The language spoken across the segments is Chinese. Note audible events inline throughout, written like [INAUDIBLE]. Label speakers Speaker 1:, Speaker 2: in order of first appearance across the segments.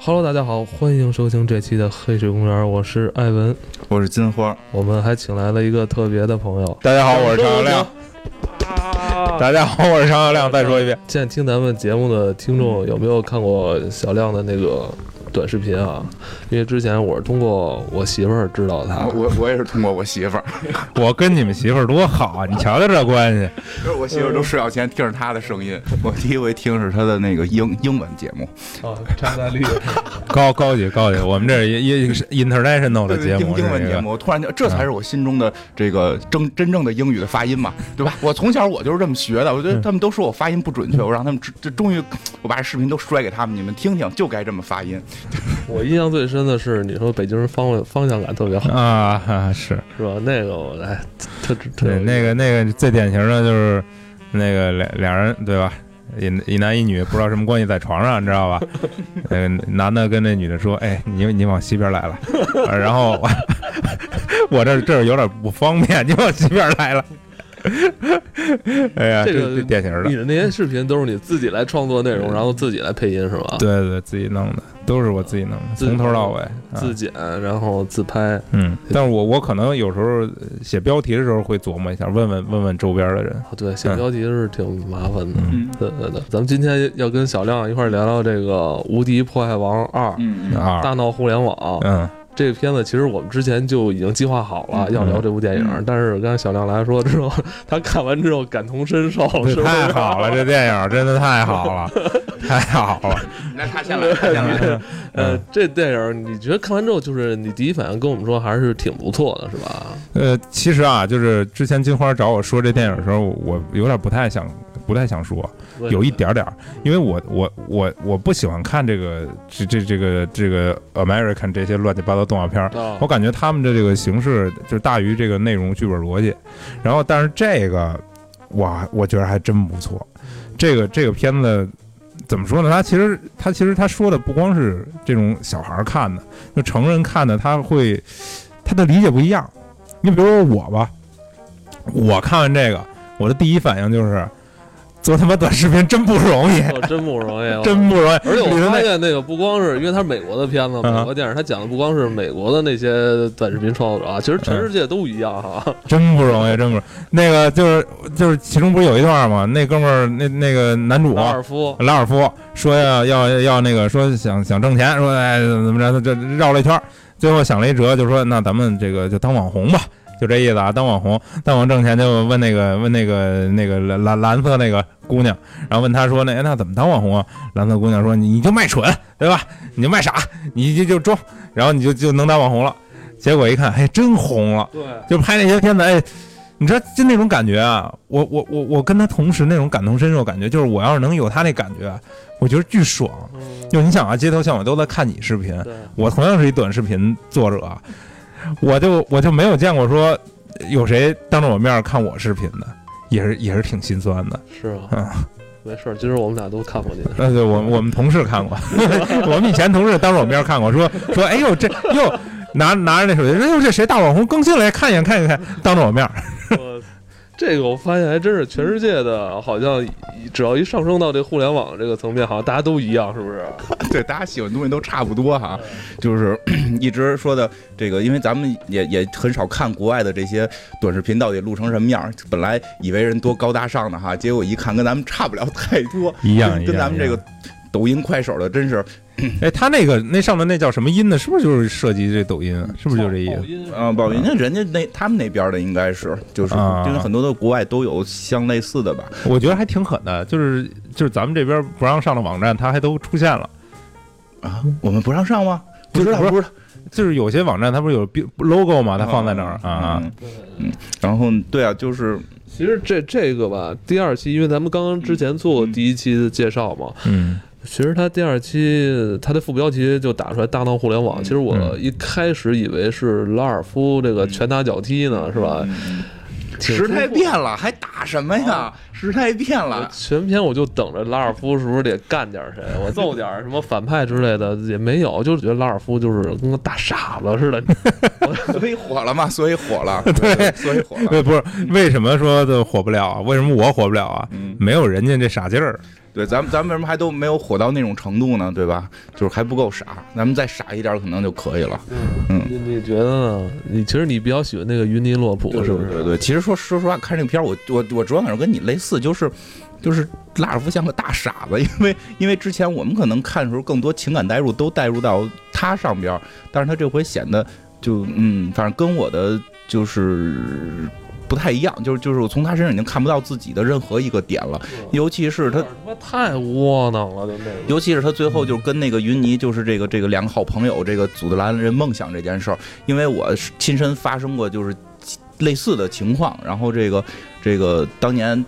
Speaker 1: Hello，大家好，欢迎收听这期的《黑水公园》，我是艾文。
Speaker 2: 我是金花。
Speaker 1: 我们还请来了一个特别的朋友，
Speaker 2: 大家好，我是常小亮。大家好，我是常小 [LAUGHS] 亮。再说一遍，
Speaker 1: 现在听咱们节目的听众有没有看过小亮的那个短视频啊？因为之前我是通过我媳妇儿知道他，
Speaker 2: 我我也是通过我媳妇儿， [LAUGHS]
Speaker 3: 我跟你们媳妇儿多好啊！你瞧瞧这关系，
Speaker 2: 就是我媳妇儿都睡觉前听着她的声音。我第一回听是她的那个英英文节目，
Speaker 3: 哦
Speaker 1: 啊，张大力，
Speaker 3: 高高级高级，我们这是一一 international 的节目，
Speaker 2: 英英文
Speaker 3: 是一
Speaker 2: 节
Speaker 3: 个
Speaker 2: 目。我突然就，这才是我心中的这个真真正的英语的发音嘛，对 [LAUGHS] 吧？我从小我就是这么学的。我觉得他们都说我发音不准确，我让他们知这终于我把这视频都摔给他们，你们听听，就该这么发音。
Speaker 1: [LAUGHS] 我印象最深的是你说北京人方位方向感特别好，
Speaker 3: 啊啊是
Speaker 1: 是吧？那个我哎，特特特
Speaker 3: 对
Speaker 1: 有意思
Speaker 3: 那个那个最典型的就是那个俩俩人对吧？一一男一女不知道什么关系在床上，你知 [LAUGHS] 道吧？嗯，男的跟那女的说：“哎，你你往西边来了。啊” [LAUGHS] 然后我这这有点不方便，你往西边来了。 [LAUGHS] 哎呀，
Speaker 1: 这个
Speaker 3: 这典型的
Speaker 1: 你，的那些视频都是你自己来创作内容，然后自己来配音是吧？，
Speaker 3: 对对，自己弄的都是我自己弄的，
Speaker 1: 自己
Speaker 3: 从头到尾。啊
Speaker 1: 自剪然后自拍，
Speaker 3: 嗯，但是我我可能有时候呃写标题的时候会琢磨一下，问问问问周边的人。
Speaker 1: 啊对，写
Speaker 3: 嗯
Speaker 1: 标题是挺麻烦的。
Speaker 3: 嗯
Speaker 2: 嗯
Speaker 1: 对对对，咱们今天要跟小亮一块儿聊聊这个《无敌破坏王二》
Speaker 2: 嗯
Speaker 3: 啊，
Speaker 1: 大闹互联网
Speaker 3: 嗯，
Speaker 1: 这个片子，其实我们之前就已经计划好了
Speaker 2: 嗯
Speaker 1: 要聊这部电影
Speaker 2: 嗯，
Speaker 1: 但是刚才小亮来说之后，他看完之后感同身受，是
Speaker 3: 这
Speaker 1: 不是
Speaker 3: 太好了，这电影真的太好了，太好了。
Speaker 2: 来，他先 [LAUGHS] 来，他先来。
Speaker 1: [LAUGHS] 呃
Speaker 3: 嗯，
Speaker 1: 这电影你觉得看完之后，就是你第一反应跟我们说还是挺不错的，是吧？
Speaker 3: 呃，其实啊，就是之前金花找我说这电影的时候，我有点不太想不太想说，有
Speaker 1: 哦
Speaker 3: 一点点儿，因为我我我我不喜欢看这个这这这个这个 American 这些乱七八糟动画片儿。
Speaker 1: 啊
Speaker 3: 我，感觉他们的这个形式就是大于这个内容剧本逻辑，然后但是这个，哇，我觉得还真不错。这个这个片子怎么说呢？它其实它其实它说的不光是这种小孩儿看的，就成人看的，他会他的理解不一样。你比如说我吧，我看完这个，我的第一反应就是，做他妈短视频真不容易，
Speaker 1: 哦真不容易，我
Speaker 3: [LAUGHS] 真不容易。
Speaker 1: 而且我
Speaker 3: 里头
Speaker 1: 发
Speaker 3: 那
Speaker 1: 现那个不光是因为它是美国的片子，
Speaker 3: 嗯
Speaker 1: 美国电影它讲的不光是美国的那些短视频创作者啊，其实全世界都一样 [LAUGHS] 哈。
Speaker 3: 真不容易，真不容易。那个就是就是，其中不是有一段吗？那哥们儿，那那个男主
Speaker 1: 拉尔夫，
Speaker 3: 拉尔夫说要要要那个说想想挣钱，说哎怎么着，这这绕了一圈儿，最后想了一辙，就说那咱们这个就当网红吧，就这意思啊，当网红，当网红挣钱就问那个问那个那个蓝蓝蓝色那个姑娘，然后问她说那哎那怎么当网红啊？蓝色姑娘说你你就卖蠢对吧？你就卖傻，你就就装，然后你就就能当网红了。结果一看，哎，真红了。
Speaker 1: 对，
Speaker 3: 就拍那些片子，哎，你知道就那种感觉啊，我我我我跟他同时那种感同身受感觉，就是我要是能有他那感觉，啊我觉得巨爽。
Speaker 1: 嗯，
Speaker 3: 就你想啊，街头巷尾都在看你视频， [LAUGHS]
Speaker 1: 对，
Speaker 3: 我同样是一短视频作者，啊我就我就没有见过说有谁当着我面看我视频的，也是也是挺心酸的。
Speaker 1: 是
Speaker 3: 嗯
Speaker 1: 啊，没事儿，今儿我们俩都看过你的。
Speaker 3: 呃，对我我们同事看过， [LAUGHS] 我们以前同事当着我面看过，说说哎呦这哟拿拿着那手机，哎呦这谁大网红更新了，哎看一眼看一眼，当着我面。 [LAUGHS]
Speaker 1: 我这个我发现还真是全世界的，好像只要一上升到这互联网这个层面，好像大家都一样，是不是？
Speaker 2: 对，大家喜欢的东西都差不多
Speaker 3: 啊
Speaker 2: 哈，就是 [CLEARS THROAT] 一直说的这个，因为咱们也也很少看国外的这些短视频到底录成什么样儿。本来以为人多高大上呢哈，结果一看跟咱们差不了太多，
Speaker 3: 一样
Speaker 2: 跟
Speaker 3: 一样
Speaker 2: [LAUGHS] 跟咱们这个抖音、快手的真是
Speaker 3: 哎，他那个那上的那叫什么音呢？是不是就是涉及这抖音？啊是不是就这意思？
Speaker 1: 思
Speaker 2: 啊，宝云，那人家那他们那边的应该是就是，
Speaker 3: 嗯啊
Speaker 2: 因为很多的国外都有相类似的吧。
Speaker 3: 我觉得还挺狠的，就是就是咱们这边不让上的网站，它还都出现了。
Speaker 2: 啊，我们不让上吗？不知道，
Speaker 3: 不是
Speaker 2: 不知道。
Speaker 3: 就是有些网站它不是有 bi- logo 吗？它放在那儿
Speaker 2: 嗯
Speaker 3: 啊。
Speaker 2: 嗯嗯，然后对啊，就是
Speaker 1: 其实这这个吧，第二期，因为咱们刚刚之前做过
Speaker 2: 嗯
Speaker 1: 第一期的介绍嘛，
Speaker 3: 嗯
Speaker 1: 其实它第二期它的副标题就打出来“大闹互联网”。
Speaker 2: 嗯嗯
Speaker 1: 其实我一开始以为是拉尔夫这个拳打脚踢呢，是吧？挺
Speaker 2: 时代
Speaker 1: 突兀
Speaker 2: 变了，还打什么呀？
Speaker 3: 啊
Speaker 2: 时代变
Speaker 1: 我
Speaker 3: 呃
Speaker 2: 了，
Speaker 1: 啊全篇我就等着拉尔夫是不是得干点谁，我揍点什么反派之类的也没有，就觉得拉尔夫就是跟个大傻子似的。
Speaker 2: 所以火了嘛，所以火 [LAUGHS] 了，对，所以
Speaker 3: [LAUGHS]
Speaker 2: 火了。
Speaker 3: 对，不是为什么说的火不了啊？为什么我火不了啊？
Speaker 2: 嗯
Speaker 3: 没有人家这傻劲儿，
Speaker 2: 对，咱们咱们为什么还都没有火到那种程度呢？对吧？就是还不够傻，咱们再傻一点可能就可以了。嗯
Speaker 1: 你你觉得呢？你其实你比较喜欢那个云尼洛普，是不
Speaker 2: 对
Speaker 1: 是？
Speaker 2: 对，其实说说实话，看这个片儿，我我我主要感受跟你类似，就是就是拉尔夫像个大傻子， [LAUGHS] 因为因为之前我们可能看的时候更多情感代入都代入到他上边儿，但是他这回显得就嗯，反正跟我的就是。不太一样，就是就是我从他身上已经看不到自己的任何一个点了，尤其是他
Speaker 1: 有点他妈太窝囊了，就那个。
Speaker 2: 尤其是他最后就是跟那个云尼，就是这个这个两个好朋友，这个祖德兰人梦想这件事儿，因为我是亲身发生过就是类似的情况，然后这个这个当年。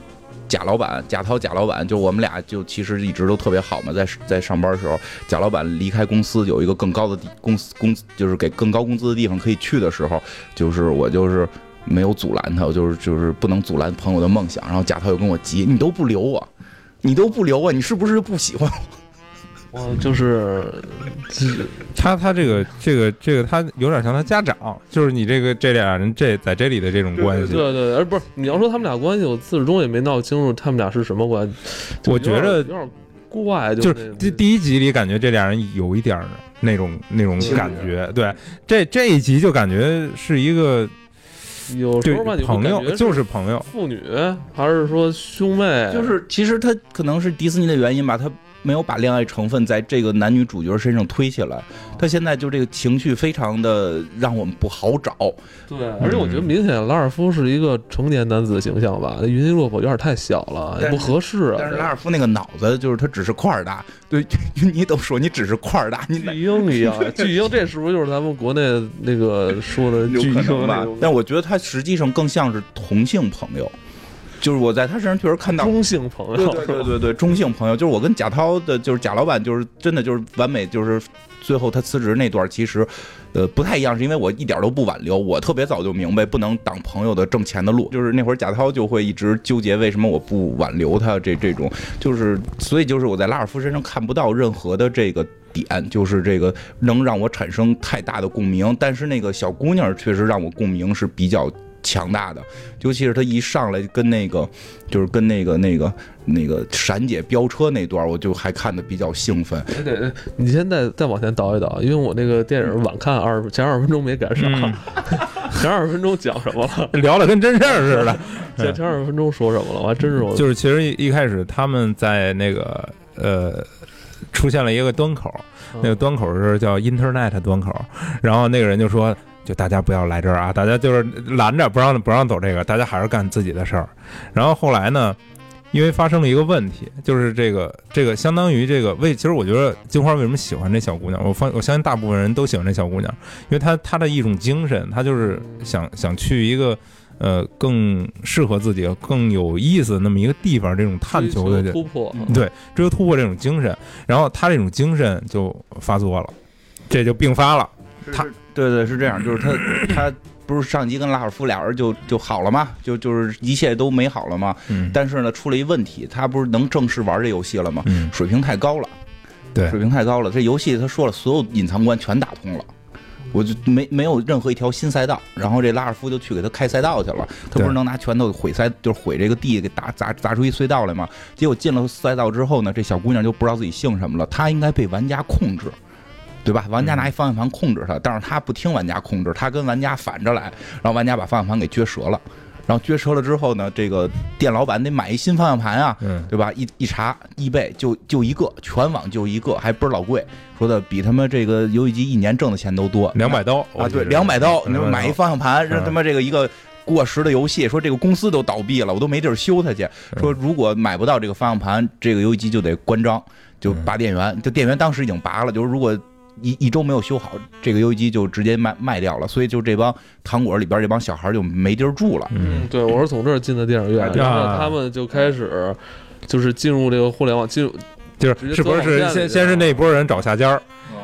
Speaker 2: 贾老板，贾涛，贾老板，就我们俩就其实一直都特别好嘛，在在上班的时候，贾老板离开公司有一个更高的地公司工，就是给更高工资的地方可以去的时候，就是我就是没有阻拦他，我就是就是不能阻拦朋友的梦想。然后贾涛就跟我急，你都不留我，你都不留我，你是不是不喜欢我
Speaker 1: 我就是，就是
Speaker 3: 他他这个这个这个他有点像他家长，就是你这个这俩人这在这里的这种关系，
Speaker 1: 对对对，而不是你要说他们俩关系，我自始终也没闹清楚他们俩是什么关系。就
Speaker 3: 我
Speaker 1: 有点
Speaker 3: 觉着
Speaker 1: 有点怪，
Speaker 3: 就
Speaker 1: 就是那
Speaker 3: 第第一集里感觉这俩人有一点儿那种那种
Speaker 1: 情
Speaker 3: 感觉，对，这这一集就感觉是一个
Speaker 1: 有时
Speaker 3: 对
Speaker 1: 候吧，你会
Speaker 3: 朋
Speaker 1: 感
Speaker 3: 友
Speaker 1: 觉
Speaker 3: 就是是朋友，
Speaker 1: 父女，还是说兄妹，
Speaker 2: 就是其实他可能是迪士尼的原因吧，他没有把恋爱成分在这个男女主角身上推起来，他现在就这个情绪非常的让我们不好找。
Speaker 1: 对。而且我觉
Speaker 3: 嗯
Speaker 1: 得明显拉尔夫是一个成年男子的形象吧，那云尼洛普有点太小了，也
Speaker 2: 但是
Speaker 1: 不合适啊。
Speaker 2: 但是拉尔夫那个脑子就是他只是块儿大，对， [LAUGHS] 你都说你只是块儿大，你哪
Speaker 1: 巨婴一
Speaker 2: [LAUGHS]
Speaker 1: 样，巨婴这是不是就是咱们国内那个说的
Speaker 2: 有
Speaker 1: 巨
Speaker 2: 可
Speaker 1: 婴
Speaker 2: 能吧
Speaker 1: 那种？
Speaker 2: 但我觉得他实际上更像是同性朋友，就是我在他身上确实看到。
Speaker 1: 中性朋
Speaker 2: 对
Speaker 1: 友？
Speaker 2: 对对对对，中性朋友就是我跟贾涛的，就是贾老板，就是真的就是完美，就是最后他辞职那段，其实，呃，不太一样，是因为我一点都不挽留，我特别早就明白不能挡朋友的挣钱的路，就是那会儿贾涛就会一直纠结为什么我不挽留他这这种，就是所以就是我在拉尔夫身上看不到任何的这个。点就是这个能让我产生太大的共鸣，但是那个小姑娘确实让我共鸣是比较强大的，尤其是她一上来跟那个就是跟那个那个那个闪姐飙车那段儿，我就还看的比较兴奋。
Speaker 1: 对对对，呃你先再再往前倒一倒，因为我那个电影晚看二十前二十分钟没赶上，
Speaker 3: 嗯，
Speaker 1: [LAUGHS] 前二十分钟讲什么了？
Speaker 3: 聊的跟真事儿
Speaker 1: [LAUGHS]
Speaker 3: 似的。
Speaker 1: 前前二十分钟说什么了？我还真是我
Speaker 3: 嗯就是其实一一开始他们在那个呃出现了一个端口，
Speaker 1: 嗯
Speaker 3: 那个端口是叫 Internet 端口，然后那个人就说。就大家不要来这儿啊！大家就是拦着不让不让走这个，大家还是干自己的事儿。然后后来呢，因为发生了一个问题，就是这个这个相当于这个为，其实我觉得金花为什么喜欢这小姑娘，我发我相信大部分人都喜欢这小姑娘，因为她她的一种精神，她就是想想去一个呃更适合自己、更有意思的那么一个地方，这种探
Speaker 1: 追
Speaker 3: 求的这嗯
Speaker 1: 突破，
Speaker 3: 对追求突破这种精神，然后她这种精神就发作了，这就病发了。他
Speaker 2: 对对是这样，就是他
Speaker 3: [CLEARS THROAT]
Speaker 2: 他不是上集跟拉尔夫俩人就就好了吗？就就是一切都美好了吗？
Speaker 3: 嗯，
Speaker 2: 但是呢，出了一问题，他不是能正式玩这游戏了吗？
Speaker 3: 嗯，
Speaker 2: 水平太高了，
Speaker 3: 对
Speaker 2: 水平太高了。这游戏他说了，所有隐藏关全打通了。我就没没有任何一条新赛道，然后这拉尔夫就去给他开赛道去了。他不
Speaker 3: 对
Speaker 2: 是能拿拳头毁赛，就是毁这个地，给打砸砸出一隧道来吗？结果进了赛道之后呢，这小姑娘就不知道自己姓什么了。她应该被玩家控制，对吧？玩家拿一方向盘控制她，但是她不听玩家控制，她跟玩家反着来，然后玩家把方向盘给撅折了。然后撅折了之后呢，这个店老板得买一新方向盘啊，
Speaker 3: 嗯
Speaker 2: 对吧？一一查，易贝就就一个，全网就一个，还倍儿老贵，说的比他妈这个游戏机一年挣的钱都多，
Speaker 3: 两百刀
Speaker 2: 啊，对，两百刀，你
Speaker 3: 两
Speaker 2: 说
Speaker 3: 百
Speaker 2: 买一方向盘，
Speaker 3: 嗯
Speaker 2: 让他妈这个一个过时的游戏，说这个公司都倒闭了，我都没地儿修它去，
Speaker 3: 嗯
Speaker 2: 说如果买不到这个方向盘，这个游戏机就得关张，就
Speaker 3: 嗯
Speaker 2: 拔电源，就电源当时已经拔了，就是如果。一一周没有修好，这个游戏机就直接卖卖掉了，所以就这帮糖果里边这帮小孩就没地儿住了。
Speaker 1: 嗯
Speaker 3: 嗯，
Speaker 1: 对我是从这儿进的电影院，
Speaker 3: 啊
Speaker 1: 然后他们就开始就是进入这个互联网，进入
Speaker 3: 就是是不
Speaker 1: 直接
Speaker 3: 是
Speaker 1: 钻网线
Speaker 3: 先
Speaker 1: 里
Speaker 3: 先是那波人找下家儿，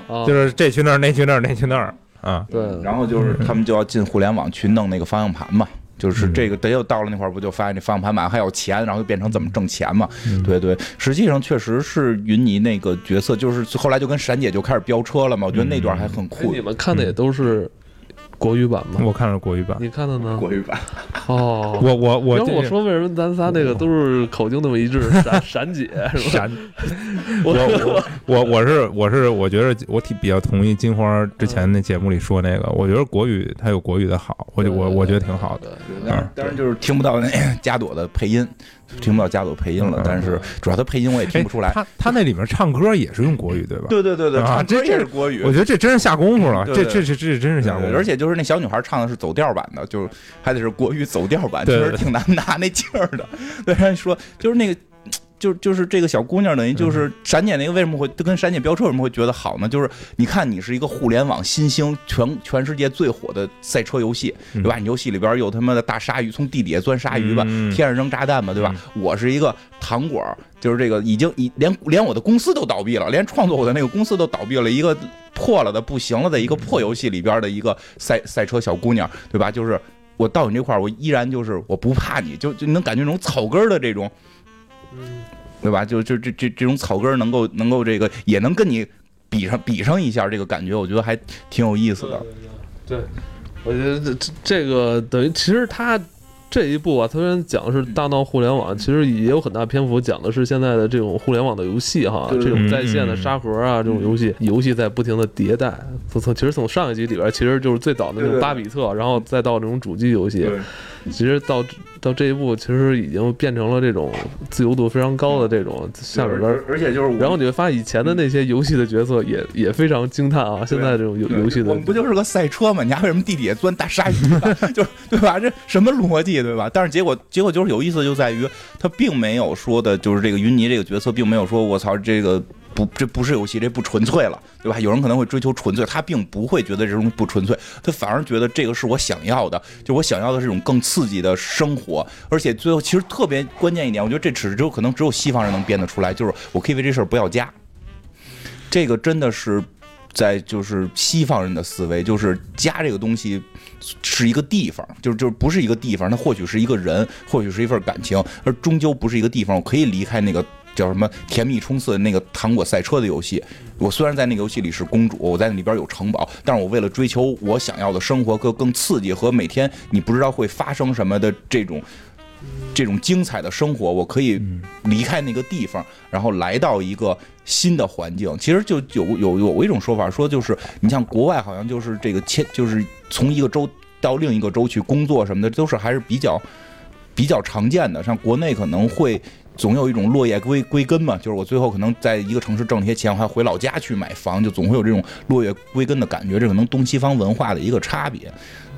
Speaker 1: 啊，
Speaker 3: 就是这去那儿，那去那儿，那去那儿啊。
Speaker 1: 对，
Speaker 2: 然后就是他们就要进互联网去弄那个方向盘嘛，就是
Speaker 3: 嗯
Speaker 2: 这个得有到了那块儿不就发现这方向盘买还有钱，然后就变成怎么挣钱嘛？
Speaker 3: 嗯
Speaker 2: 对对，实际上确实是云妮那个角色，就是后来就跟闪姐就开始飙车了嘛，我觉得那段还很
Speaker 1: 哎
Speaker 2: 酷
Speaker 1: 你。们看的也都是国语版吗？
Speaker 3: 嗯我看了国语版，
Speaker 1: 你看的呢？
Speaker 2: 国语版
Speaker 1: 哦，
Speaker 3: 我我我
Speaker 1: 要不
Speaker 3: 这
Speaker 1: 我说为什么咱仨那个都是口径那么一
Speaker 3: [LAUGHS]
Speaker 1: 致？闪闪姐是吧？
Speaker 3: 闪
Speaker 1: 我
Speaker 3: 我我我是我是我觉得我挺比较同意金花之前那节目里说那个，我觉得国语它有国语的好，我就我我觉得挺好的。
Speaker 1: 的。
Speaker 2: 当
Speaker 3: 嗯
Speaker 2: 然当然就是听不到那加朵的配音，听不到加朵配音了
Speaker 3: 嗯。哎
Speaker 2: 但是主要他配音我也听不出来。
Speaker 3: 他他那里面唱歌也是用国语对吧？
Speaker 2: 对对对对，
Speaker 3: 啊
Speaker 2: 唱
Speaker 3: 这
Speaker 2: 歌也
Speaker 3: 这
Speaker 2: 是国语
Speaker 3: 我。觉得这真是下功夫了，
Speaker 2: 对
Speaker 3: 这
Speaker 2: 对
Speaker 3: 这这这真是下功
Speaker 2: 对
Speaker 3: 夫，
Speaker 2: 而且就是那小女孩唱的是走调版的，就是还得是国语走调版，
Speaker 3: 对
Speaker 2: 确实挺难拿那劲儿的。 [LAUGHS] 对，人家说就是那个。就就是这个小姑娘等于
Speaker 3: 嗯
Speaker 2: 就是闪姐那个为什么会跟闪姐飙车为什么会觉得好呢？就是你看你是一个互联网新兴全全世界最火的赛车游戏，对吧？你游戏里边有他妈的大鲨鱼，从地底下钻鲨鱼吧，
Speaker 3: 嗯
Speaker 2: 天上扔炸弹吧，对吧？我是一个糖果，就是这个已经已连连我的公司都倒闭了，连创作我的那个公司都倒闭了，一个破了的不行了的一个破游戏里边的一个赛赛车小姑娘，对吧？就是我到你这块儿，我依然就是我不怕你，就就你能感觉那种草根儿的这种，
Speaker 1: 嗯
Speaker 2: 对吧？就就这这这种草根儿能够能够这个也能跟你比上比上一下，这个感觉我觉得还挺有意思的。
Speaker 1: 对，我觉得这这这个等于其实他这一部啊，虽然讲的是大闹互联
Speaker 2: 嗯
Speaker 1: 网，其实也有很大篇幅讲的是现在的这种互联网的游戏哈，
Speaker 2: 对嗯
Speaker 1: 这种
Speaker 3: 嗯
Speaker 1: 在线的
Speaker 3: 嗯
Speaker 1: 沙盒啊，这种游戏游戏在不停的迭代。从从其实从上一集里边，其实就是最早的那
Speaker 2: 对对
Speaker 1: 种
Speaker 2: 对
Speaker 1: 八比特，然后再到这种主机游戏，其实到到这一步，其实已经变成了这种自由度非常高的这种下边边
Speaker 2: 而而且嗯就是我
Speaker 1: 然后你会发现，以前的那些游戏的角色也也非常惊叹啊！现在这种游游戏的
Speaker 2: 我们不就是个赛车吗？你还为什么地底下钻大鲨鱼呢？就是对吧？这什么逻辑对吧？但是结果结果就是有意思，就在于他并没有说的，就是这个云泥这个角色并没有说我操这个。不，这不是游戏，这不纯粹了，对吧？有人可能会追求纯粹，他并不会觉得这种不纯粹，他反而觉得这个是我想要的，就我想要的是这种更刺激的生活。而且最后，其实特别关键一点，我觉得这只是只有可能只有西方人能编得出来，就是我可以为这事儿不要家。这个真的是在就是西方人的思维，就是家这个东西是一个地方，就是就是不是一个地方，它或许是一个人，或许是一份感情，而终究不是一个地方。我可以离开那个叫什么“甜蜜冲刺”的那个糖果赛车的游戏。我虽然在那个游戏里是公主，我在那里边有城堡，但是我为了追求我想要的生活更更刺激和每天你不知道会发生什么的这种。这种精彩的生活，我可以离开那个地方，然后来到一个新的环境。其实就有有有一种说法说，就是你像国外好像就是这个迁，就是从一个州到另一个州去工作什么的，都是还是比较比较常见的。像国内可能会。总有一种落叶归归根嘛，就是我最后可能在一个城市挣了些钱，我还回老家去买房，就总会有这种落叶归根的感觉。这可能东西方文化的一个差别，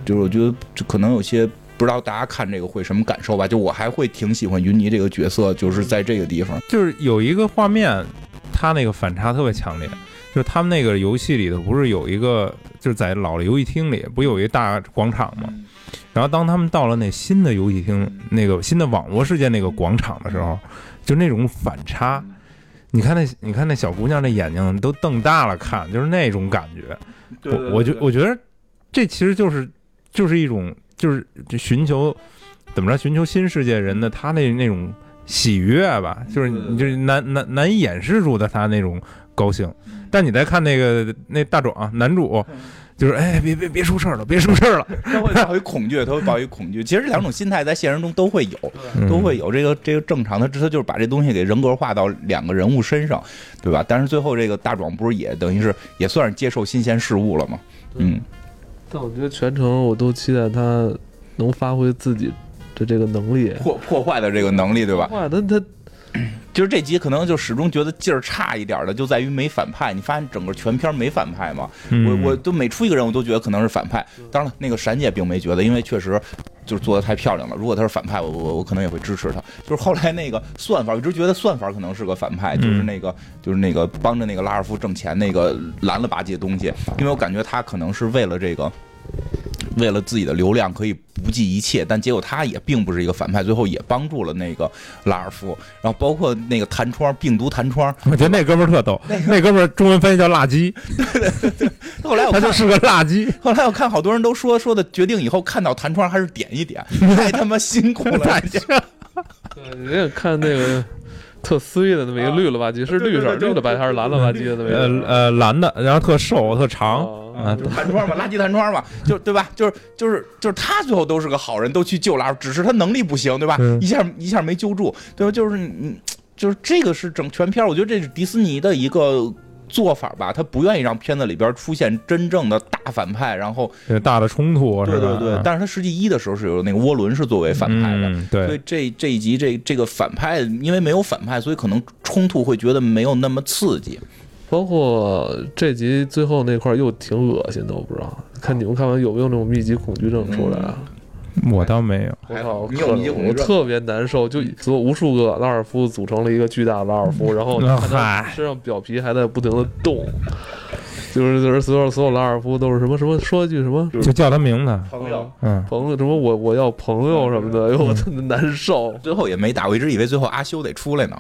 Speaker 2: 就是我觉得这可能有些不知道大家看这个会什么感受吧。就我还会挺喜欢云妮这个角色，就是在这个地方。
Speaker 3: 就是有一个画面，它那个反差特别强烈。就是他们那个游戏里头，不是有一个，就是在老的游戏厅里，不有一大广场吗？
Speaker 2: 嗯
Speaker 3: 然后当他们到了那新的游戏厅，那个新的网络世界那个广场的时候，就那种反差。
Speaker 2: 嗯
Speaker 3: 你看那，你看那小姑娘那眼睛都瞪大了看，就是那种感觉。我我觉我觉得这其实就是就是一种就是寻求怎么着寻求新世界人的他那那种喜悦吧，就是
Speaker 2: 对对对
Speaker 3: 你就是难难难以掩饰住的他那种高兴。
Speaker 2: 嗯
Speaker 3: 但你再看那个那大壮啊男主，就是哎别别别出事儿了，别出事儿了，
Speaker 2: 他会抱一恐惧，他会抱一恐惧。其实这两种心态在现实中都会有，都会有这个这个正常的，他就是把这东西给人格化到两个人物身上，对吧？但是最后这个大壮不是也等于是也算是接受新鲜事物了吗？嗯，
Speaker 1: 但我觉得全程我都期待他能发挥自己的这个能力。
Speaker 2: 破破坏的这个能力，对吧？
Speaker 1: 哇，他他
Speaker 2: 就是这集可能就始终觉得劲儿差一点的，就在于没反派。你发现整个全片没反派吗？我
Speaker 3: 嗯
Speaker 2: 我都每出一个人，我都觉得可能是反派。当然了，那个闪姐并没觉得，因为确实就是做的太漂亮了。如果她是反派，我我我可能也会支持她。就是后来那个算法，我一直觉得算法可能是个反派，就是那个就是那个帮着那个拉尔夫挣钱那个拦了吧唧的东西，因为我感觉他可能是为了这个。为了自己的流量可以不计一切，但结果他也并不是一个反派，最后也帮助了那个拉尔夫。然后包括那个弹窗病毒弹窗，
Speaker 3: 我觉得那哥们儿特逗，那哥们儿中文翻译叫辣鸡，
Speaker 2: 后来我
Speaker 3: 他
Speaker 2: 看
Speaker 3: 就是个辣鸡，
Speaker 2: 后来我看好多人都说说的，决定以后看到弹窗还是点一 [LAUGHS] 点，太他妈辛苦 [LAUGHS] 了。
Speaker 1: 对你也看那个 [LAUGHS] 啊特衰的那么一个绿了吧唧，是绿色儿绿了吧唧还是蓝了吧唧的那么一
Speaker 3: 呃
Speaker 1: 个？
Speaker 2: 哦
Speaker 3: 呃蓝的，然后特瘦特长，
Speaker 1: 啊
Speaker 3: 啊，
Speaker 2: 就弹窗嘛，垃圾弹窗嘛，就对吧？就是就是就是他最后都是个好人，都去救拉，只是他能力不行，对吧？
Speaker 3: 嗯
Speaker 2: 一下一下没救助，对吧？就是嗯，就是这个是整全片儿，我觉得这是迪士尼的一个。做法吧，他不愿意让片子里边出现真正的大反派，然后
Speaker 3: 这个呃大的冲突是
Speaker 2: 对
Speaker 3: 吧？啊
Speaker 2: 对对，但是他世纪一的时候是有那个涡轮是作为反派的，
Speaker 3: 嗯，
Speaker 2: 所
Speaker 3: 对
Speaker 2: 以，这这一集这这个反派，因为没有反派，所以可能冲突会觉得没有那么刺激。
Speaker 1: 包括这集最后那块儿又挺恶心的，我不知道，看你们看完有没有那种密集恐惧症出来啊？
Speaker 3: 我倒没有。
Speaker 1: 我
Speaker 2: 还
Speaker 1: 靠，
Speaker 2: 好
Speaker 1: 可
Speaker 2: 你有密集恐惧
Speaker 1: 我
Speaker 2: 症
Speaker 1: 特别难受，就所有无数个拉尔夫组成了一个巨大的拉尔
Speaker 3: [LAUGHS]
Speaker 1: 夫，然后你看他
Speaker 3: 嗯嗨
Speaker 1: 身上表皮还在不停的动，就是就是所有所有拉尔夫都是什么什么说一句什
Speaker 2: 嗯
Speaker 1: 么
Speaker 3: 就叫他名字，
Speaker 2: 朋
Speaker 1: 友
Speaker 3: 嗯，
Speaker 1: 朋友什么我我要朋友什么的，哎呦我真的难受。
Speaker 2: 最后也没打，我一直以为最后阿修得出来呢，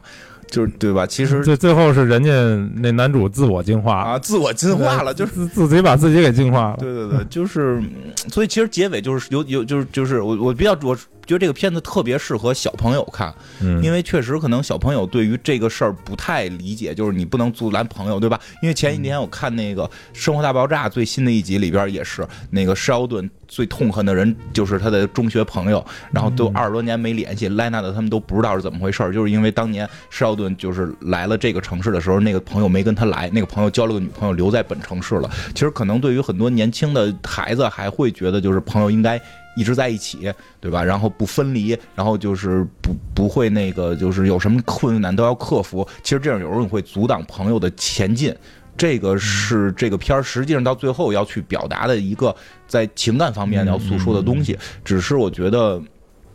Speaker 2: 就是对吧？其实
Speaker 3: 最最后是人家那男主自我进化，呃
Speaker 2: 啊，自我进化了，就是。
Speaker 3: 自自己把自己给进化了。
Speaker 2: 对对对，就是，嗯所以其实结尾就是有有就是就是我我比较我觉得这个片子特别适合小朋友看，
Speaker 3: 嗯，
Speaker 2: 因为确实可能小朋友对于这个事儿不太理解，就是你不能阻拦朋友，对吧？因为前几天我看那个《生活大爆炸》最新的一集里边也是，那个施奥顿最痛恨的人就是他的中学朋友，然后都二十多年没联系，莱纳的他们都不知道是怎么回事儿，就是因为当年施奥顿就是来了这个城市的时候，那个朋友没跟他来，那个朋友交了个女朋友留在本城市了。其实可能对于很多年轻的孩子还会觉得，就是朋友应该一直在一起，对吧？然后不分离，然后就是不不会那个，就是有什么困难都要克服。其实这样有时候你会阻挡朋友的前进。这个是这个片儿实际上到最后要去表达的一个在情感方面要诉说的东西，只是我觉得，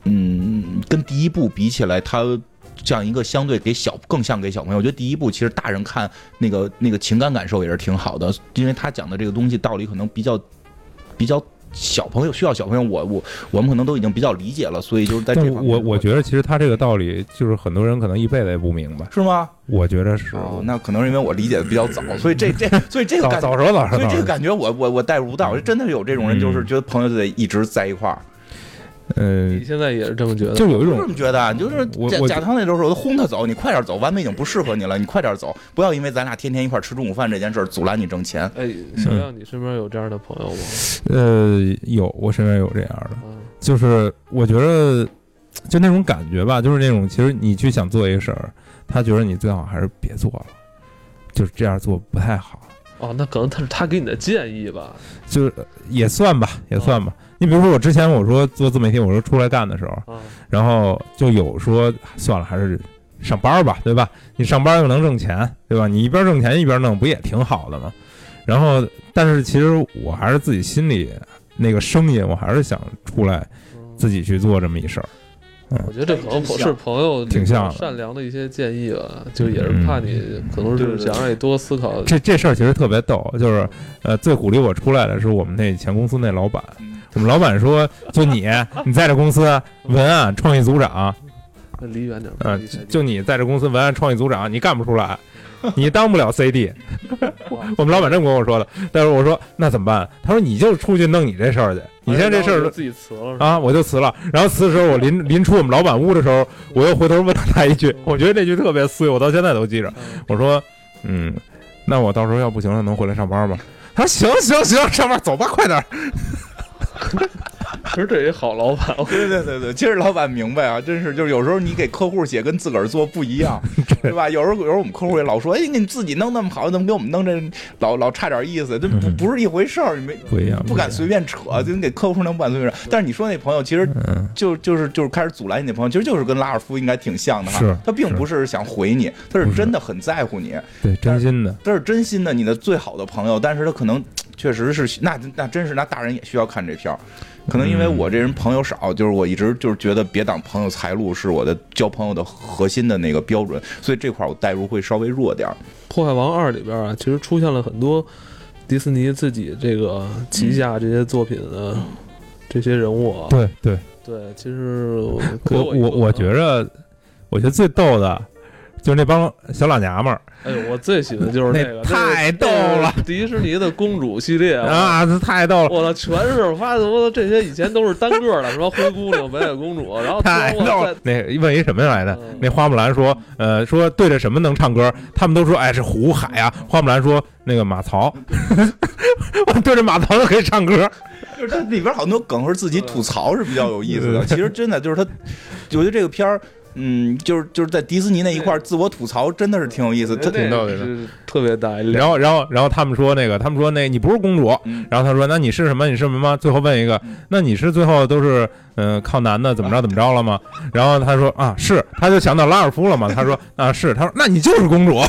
Speaker 2: 嗯，跟第一部比起来，它像一个相对给小更像给小朋友。我觉得第一部其实大人看那个那个情感感受也是挺好的，因为他讲的这个东西道理可能比较比较小朋友需要小朋友，我我我们可能都已经比较理解了，所以就是在这
Speaker 3: 但
Speaker 2: 方面
Speaker 3: 我我觉得其实他这个道理，就是很多人可能一辈子也不明白。
Speaker 2: 是吗？
Speaker 3: 我觉得是嗯
Speaker 2: 哦，那可能是因为我理解的比较早，所以这这所以这个
Speaker 3: 早
Speaker 2: 感
Speaker 3: 早熟早熟
Speaker 2: 所以
Speaker 3: 早
Speaker 2: 这个
Speaker 3: 熟。
Speaker 2: 感觉我我我代入不到，真的有这种人，就是
Speaker 3: 嗯
Speaker 2: 觉得朋友就得一直在一块儿，
Speaker 3: 嗯
Speaker 1: 你，现在也是这么觉得？
Speaker 3: 就有一
Speaker 2: 我这
Speaker 3: 种
Speaker 2: 么觉得啊，你就是
Speaker 3: 我
Speaker 2: 贾
Speaker 3: 我
Speaker 2: 贾汤那时候说轰他走，你快点走，完美已经不适合你了，你快点走，不要因为咱俩天天一块儿吃中午饭这件事儿阻拦你挣钱。
Speaker 1: 哎，小
Speaker 3: 嗯
Speaker 1: 亮，你身边有这样的朋友吗？
Speaker 3: 呃，有我身边有这样的，
Speaker 1: 啊，
Speaker 3: 就是我觉得就那种感觉吧，就是那种其实你去想做一个事儿，他觉得你最好还是别做了，就是这样做不太好。
Speaker 1: 哦，那可能他是他给你的建议吧？
Speaker 3: 就是也算吧，也算吧。你比如说，我之前我说做自媒体，我说出来干的时候，
Speaker 1: 啊，
Speaker 3: 然后就有说算了，还是上班吧，对吧？你上班又能挣钱，对吧？你一边挣钱一边弄，不也挺好的吗？然后，但是其实我还是自己心里那个声音，我还是想出来
Speaker 1: 嗯
Speaker 3: 自己去做这么一事儿。
Speaker 1: 我觉得这可能
Speaker 2: 挺像
Speaker 1: 是朋友
Speaker 3: 挺像的嗯
Speaker 1: 善良的一些建议吧，就也是怕你可能
Speaker 2: 对
Speaker 1: 是
Speaker 2: 对
Speaker 1: 想让你多思考。
Speaker 3: 这这事儿其实特别逗，就是呃，最鼓励我出来的是我们那以前公司那老板，我们老板说，就你，你在这公司文案创意组长，
Speaker 1: 离远点儿，离
Speaker 3: 嗯
Speaker 1: 远点，儿
Speaker 3: 就你在这公司文案创意组长，你干不出来，你当不了 CD。我们老板这么跟我说的，但是我说那怎么办？啊他说你就出去弄你这事儿去，你现在这事
Speaker 1: 然后哎
Speaker 3: 儿
Speaker 1: 就自己辞了是吧，
Speaker 3: 啊，我就辞了。然后辞的时候，我临临出我们老板屋的时候，我又回头问了他一句，我觉得这句特别碎，我到现在都记着。
Speaker 1: 嗯
Speaker 3: 我说，嗯，那我到时候要不行了，能回来上班吗？他说行行行，上班走吧，快点儿。
Speaker 1: 其实这也好老板，我
Speaker 2: 对对对对，其实老板明白啊，真是就是有时候你给客户写跟自个儿做不一 [LAUGHS] 样，对吧？有时候有时候我们客户也老说，哎，你自己弄那么好，怎么给我们弄这老老差点意思？这不
Speaker 3: 嗯
Speaker 2: 不是一回事儿，你没
Speaker 3: 不一样
Speaker 2: 啊不敢随便扯，就你给客户能不敢随便扯。但是你说那朋友其实
Speaker 3: 嗯，
Speaker 2: 就就是就是开始阻拦你的朋友，其实就是跟拉尔夫应该挺像的
Speaker 3: 是
Speaker 2: 哈。他并不是想回你，他是真的很在乎你，
Speaker 3: 对，真心的，
Speaker 2: 他是真心的你的最好的朋友，但是他可能确实是那那真是那大人也需要看这片儿。可能因为我这人朋友少，就是我一直就是觉得别挡朋友财路是我的交朋友的核心的那个标准，所以这块儿我代入会稍微弱点儿。
Speaker 1: [LAUGHS] 破坏王二》里边啊，其实出现了很多迪士尼自己这个旗下这些作品的这些人物啊。
Speaker 3: 对对。
Speaker 1: 对，其实
Speaker 3: 我
Speaker 1: [LAUGHS] 给我
Speaker 3: 我我觉
Speaker 1: 得
Speaker 3: 着，我觉得最逗的就是那帮小老娘们儿
Speaker 1: 哎呦，我最喜欢的就是
Speaker 3: 那
Speaker 1: 个，
Speaker 3: 太逗了
Speaker 1: 这是迪士尼的公主系列，
Speaker 3: 啊，这太逗
Speaker 1: 嗯
Speaker 3: 了，
Speaker 1: 我操，全是我发现我操，这些以前都是单个的，什么灰姑娘、白雪公主，然后
Speaker 3: 太
Speaker 1: 突然
Speaker 3: 逗
Speaker 1: 我
Speaker 3: 了
Speaker 1: 在。
Speaker 3: 那问一什么来着
Speaker 1: 嗯？
Speaker 3: 那花木兰说，呃，说对着什么能唱歌？他们都说，哎，是胡海啊。花木兰说，那个马槽， [LAUGHS] 我对着马槽都可以唱歌。
Speaker 2: 就是它里边好多梗是自己吐槽是比较有意思的。
Speaker 3: 嗯
Speaker 2: 其实真的就是它，我觉得这个片儿，嗯，就是就是在迪士尼那一块儿自我吐槽真的是挺有意思。它
Speaker 1: 那
Speaker 3: 逗的
Speaker 1: 是特别大一
Speaker 3: 然后，然后，然后他们说那个，他们说那你不是公主。
Speaker 2: 嗯
Speaker 3: 然后他说，那你是什么？你是什么吗？最后问一个，那你是最后都是嗯、呃靠男的怎么着怎么着了吗？然后他说啊是，他就想到拉尔夫了嘛。他说啊是，他说那你就是公主，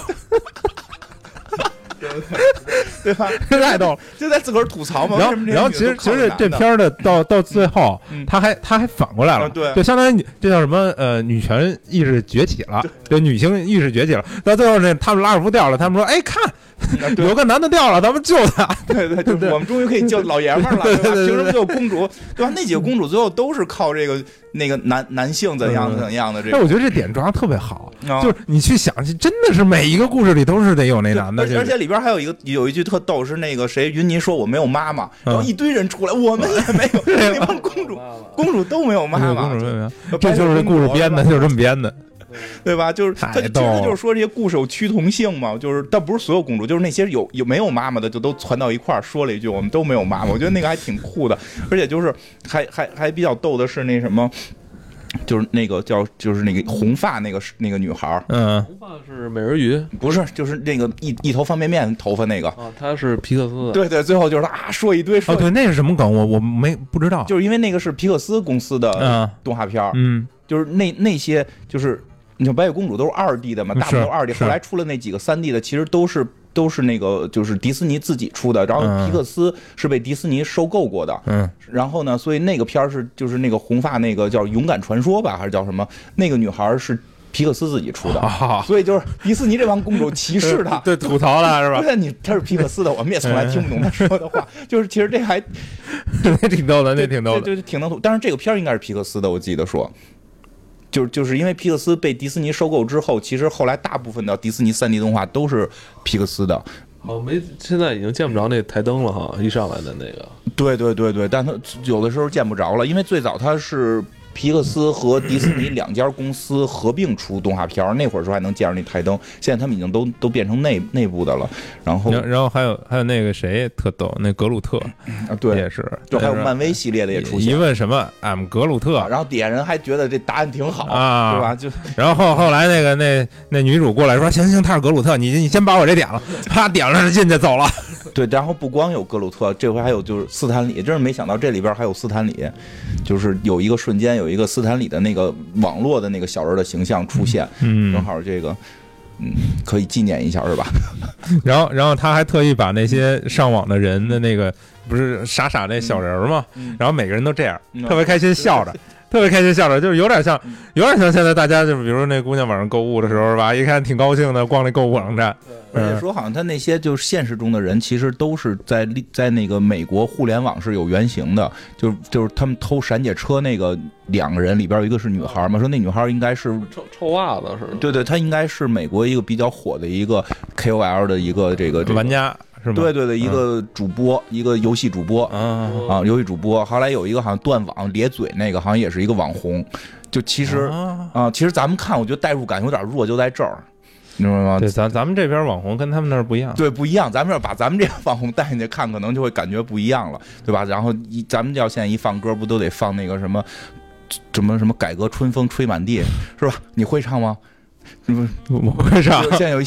Speaker 2: 对吧？
Speaker 3: 太
Speaker 2: [LAUGHS]
Speaker 3: 逗了。
Speaker 2: 就在自个儿吐槽嘛。
Speaker 3: 然
Speaker 2: 为
Speaker 3: 后
Speaker 2: 什，么
Speaker 3: 然后其
Speaker 2: 这些
Speaker 3: 实
Speaker 2: 女的都靠
Speaker 3: 其实
Speaker 2: 着
Speaker 3: 这
Speaker 2: 男的
Speaker 3: 片
Speaker 2: [LAUGHS]
Speaker 3: 儿的到到最后
Speaker 2: 嗯，
Speaker 3: 他还他还反过来了
Speaker 2: 啊，对
Speaker 3: 就相当于女这叫什么呃女权意识崛起了，就女性意识崛起了。到最后呢，他们拉尔夫掉了，他们说哎看
Speaker 2: 啊对
Speaker 3: 有个男的掉了，咱们救他。
Speaker 2: [LAUGHS] 对
Speaker 3: [LAUGHS]
Speaker 2: 对，就是我们终于可以叫老爷们儿了，对
Speaker 3: 对
Speaker 2: 吧？
Speaker 3: 对
Speaker 2: 凭
Speaker 3: 对对
Speaker 2: 什么就有公主？对吧？那几个公主最后都是靠这个那个男男性怎样
Speaker 3: 嗯
Speaker 2: 怎样的这
Speaker 3: [LAUGHS] 哎，
Speaker 2: 个，
Speaker 3: 我觉得这点抓得特别好，
Speaker 2: 啊
Speaker 3: 嗯就是你去想，真的是每一个故事里都是得有那
Speaker 2: 对
Speaker 3: 男的
Speaker 2: 而
Speaker 3: 去
Speaker 2: 且。而且里边还有一个有一句特逗，是那个谁云妮说我没有妈妈，
Speaker 3: 嗯
Speaker 2: 然后一堆人出来，我们也
Speaker 3: [LAUGHS]
Speaker 2: 没有，那帮公主公主都没有妈
Speaker 3: 对
Speaker 2: 妈
Speaker 3: 公主，妹妹
Speaker 2: 就
Speaker 3: 这就是故事编的，就是这么编的。
Speaker 2: 对吧？就是
Speaker 3: 太
Speaker 2: 他其实
Speaker 3: 逗
Speaker 2: 他
Speaker 3: 了
Speaker 2: 就是说这些故事有趋同性嘛，就是但不是所有公主，就是那些有有没有妈妈的就都攒到一块儿说了一句我们都没有妈妈，我觉得那个还挺酷的，而且就是还还还比较逗的是那什么。就是那个叫，就是那个红发那个那个女孩儿，
Speaker 3: 嗯，
Speaker 1: 头发是美人鱼
Speaker 2: 不是，就是那个一一头方便面头发那个，
Speaker 1: 啊，他是皮克斯的，
Speaker 2: 对对，最后就是啊，说一堆说
Speaker 3: 哦
Speaker 2: 一堆，
Speaker 3: 对，那是什么梗？我我没不知道。
Speaker 2: 就是因为那个是皮克斯公司的
Speaker 3: 嗯
Speaker 2: 动画片儿，
Speaker 3: 嗯，
Speaker 2: 就是那那些就是你像白雪公主都是二 D 的嘛，
Speaker 3: 嗯
Speaker 2: 大部分都是二 D，
Speaker 3: 是是
Speaker 2: 后来出了那几个三 D 的，其实都是。都是那个，就是迪斯尼自己出的，然后
Speaker 3: 嗯
Speaker 2: 皮克斯是被迪斯尼收购过的，
Speaker 3: 嗯，
Speaker 2: 然后呢，所以那个片儿是就是那个红发那个叫《勇敢传说》吧，还是叫什么？那个女孩儿是皮克斯自己出的，
Speaker 3: 啊，，
Speaker 2: 所以就是迪斯尼这帮公主歧视她
Speaker 3: [LAUGHS] 对，吐槽了是吧
Speaker 2: 不？ [LAUGHS] 是你她是皮克斯的，我们也从来听不懂她说的话，就是其实这还
Speaker 3: 那挺逗的，那挺逗
Speaker 2: 对
Speaker 3: 的。
Speaker 2: 对对，挺能吐。但是这个片儿应该是皮克斯的，我记得说，就是就是因为皮克斯被迪士尼收购之后，其实后来大部分的迪士尼三 D 动画都是皮克斯的。
Speaker 1: 好没，现在已经见不着那台灯了哈，一上来的那个，
Speaker 2: 对对对对，但它有的时候见不着了，因为最早它是。皮克斯和迪士尼两家公司合并出动画片儿，那会儿时候还能见着那台灯，现在他们已经都都变成内内部的了。然后
Speaker 3: 然后然后还有还有那个谁特逗，那格鲁特
Speaker 2: 啊，对
Speaker 3: 也，是，
Speaker 2: 就还有
Speaker 3: 就是
Speaker 2: 漫威系列的也出
Speaker 3: 一
Speaker 2: 现，
Speaker 3: 问什么，I'm 格鲁特
Speaker 2: 啊，然后底下人还觉得这答案挺好，
Speaker 3: 啊
Speaker 2: 对吧？就
Speaker 3: 然后后后来那个那那女主过来说，行行，他是格鲁特，你你先把我这点了，啪点了进去走了。
Speaker 2: 对，然后不光有格鲁特，这回还有就是斯坦李，真是没想到这里边还有斯坦李，就是有一个瞬间有一个斯坦李的那个网络的那个小人的形象出现，正
Speaker 3: 嗯，
Speaker 2: 好这个。嗯，可以纪念一下是吧？
Speaker 3: 然后然后他还特意把那些上网的人的那个不是傻傻那小人儿嘛，
Speaker 2: 嗯
Speaker 3: 然后每个人都这样，
Speaker 2: 嗯
Speaker 3: 特别开心
Speaker 2: [LAUGHS]
Speaker 3: 笑着。特别开心笑着，就是有点像，有点像现在大家就是，比如说那姑娘晚上购物的时候吧，一看挺高兴的，逛那购物网站，
Speaker 2: 而
Speaker 3: 嗯
Speaker 2: 且说好像他那些就是现实中的人，其实都是在历在那个美国互联网是有原型的，就是就是他们偷闪姐车那个两个人里边有一个是女孩嘛，说那女孩应该是
Speaker 1: 臭臭袜子是吗？
Speaker 2: 对对，她应该是美国一个比较火的一个 KOL 的一个这个这个
Speaker 3: 玩家是吗？嗯
Speaker 2: 对对对，一个主播，一个游戏主播
Speaker 3: 啊，
Speaker 1: 哦
Speaker 2: 啊，游戏主播。后来有一个好像断网咧嘴那个，好像也是一个网红。就其实
Speaker 3: 啊
Speaker 2: 啊，其实咱们看，我觉得代入感有点弱，就在这儿，你明白吗
Speaker 3: 对，？咱咱们这边网红跟他们那儿不一样。
Speaker 2: 对，不一样。咱们要把咱们这个网红带进去看，可能就会感觉不一样了，对吧？然后一咱们要现在一放歌，不都得放那个什么什么什么改革春风吹满地，是吧？你会唱吗？嗯，
Speaker 3: 我会上
Speaker 2: 现在有
Speaker 3: [LAUGHS]
Speaker 2: 一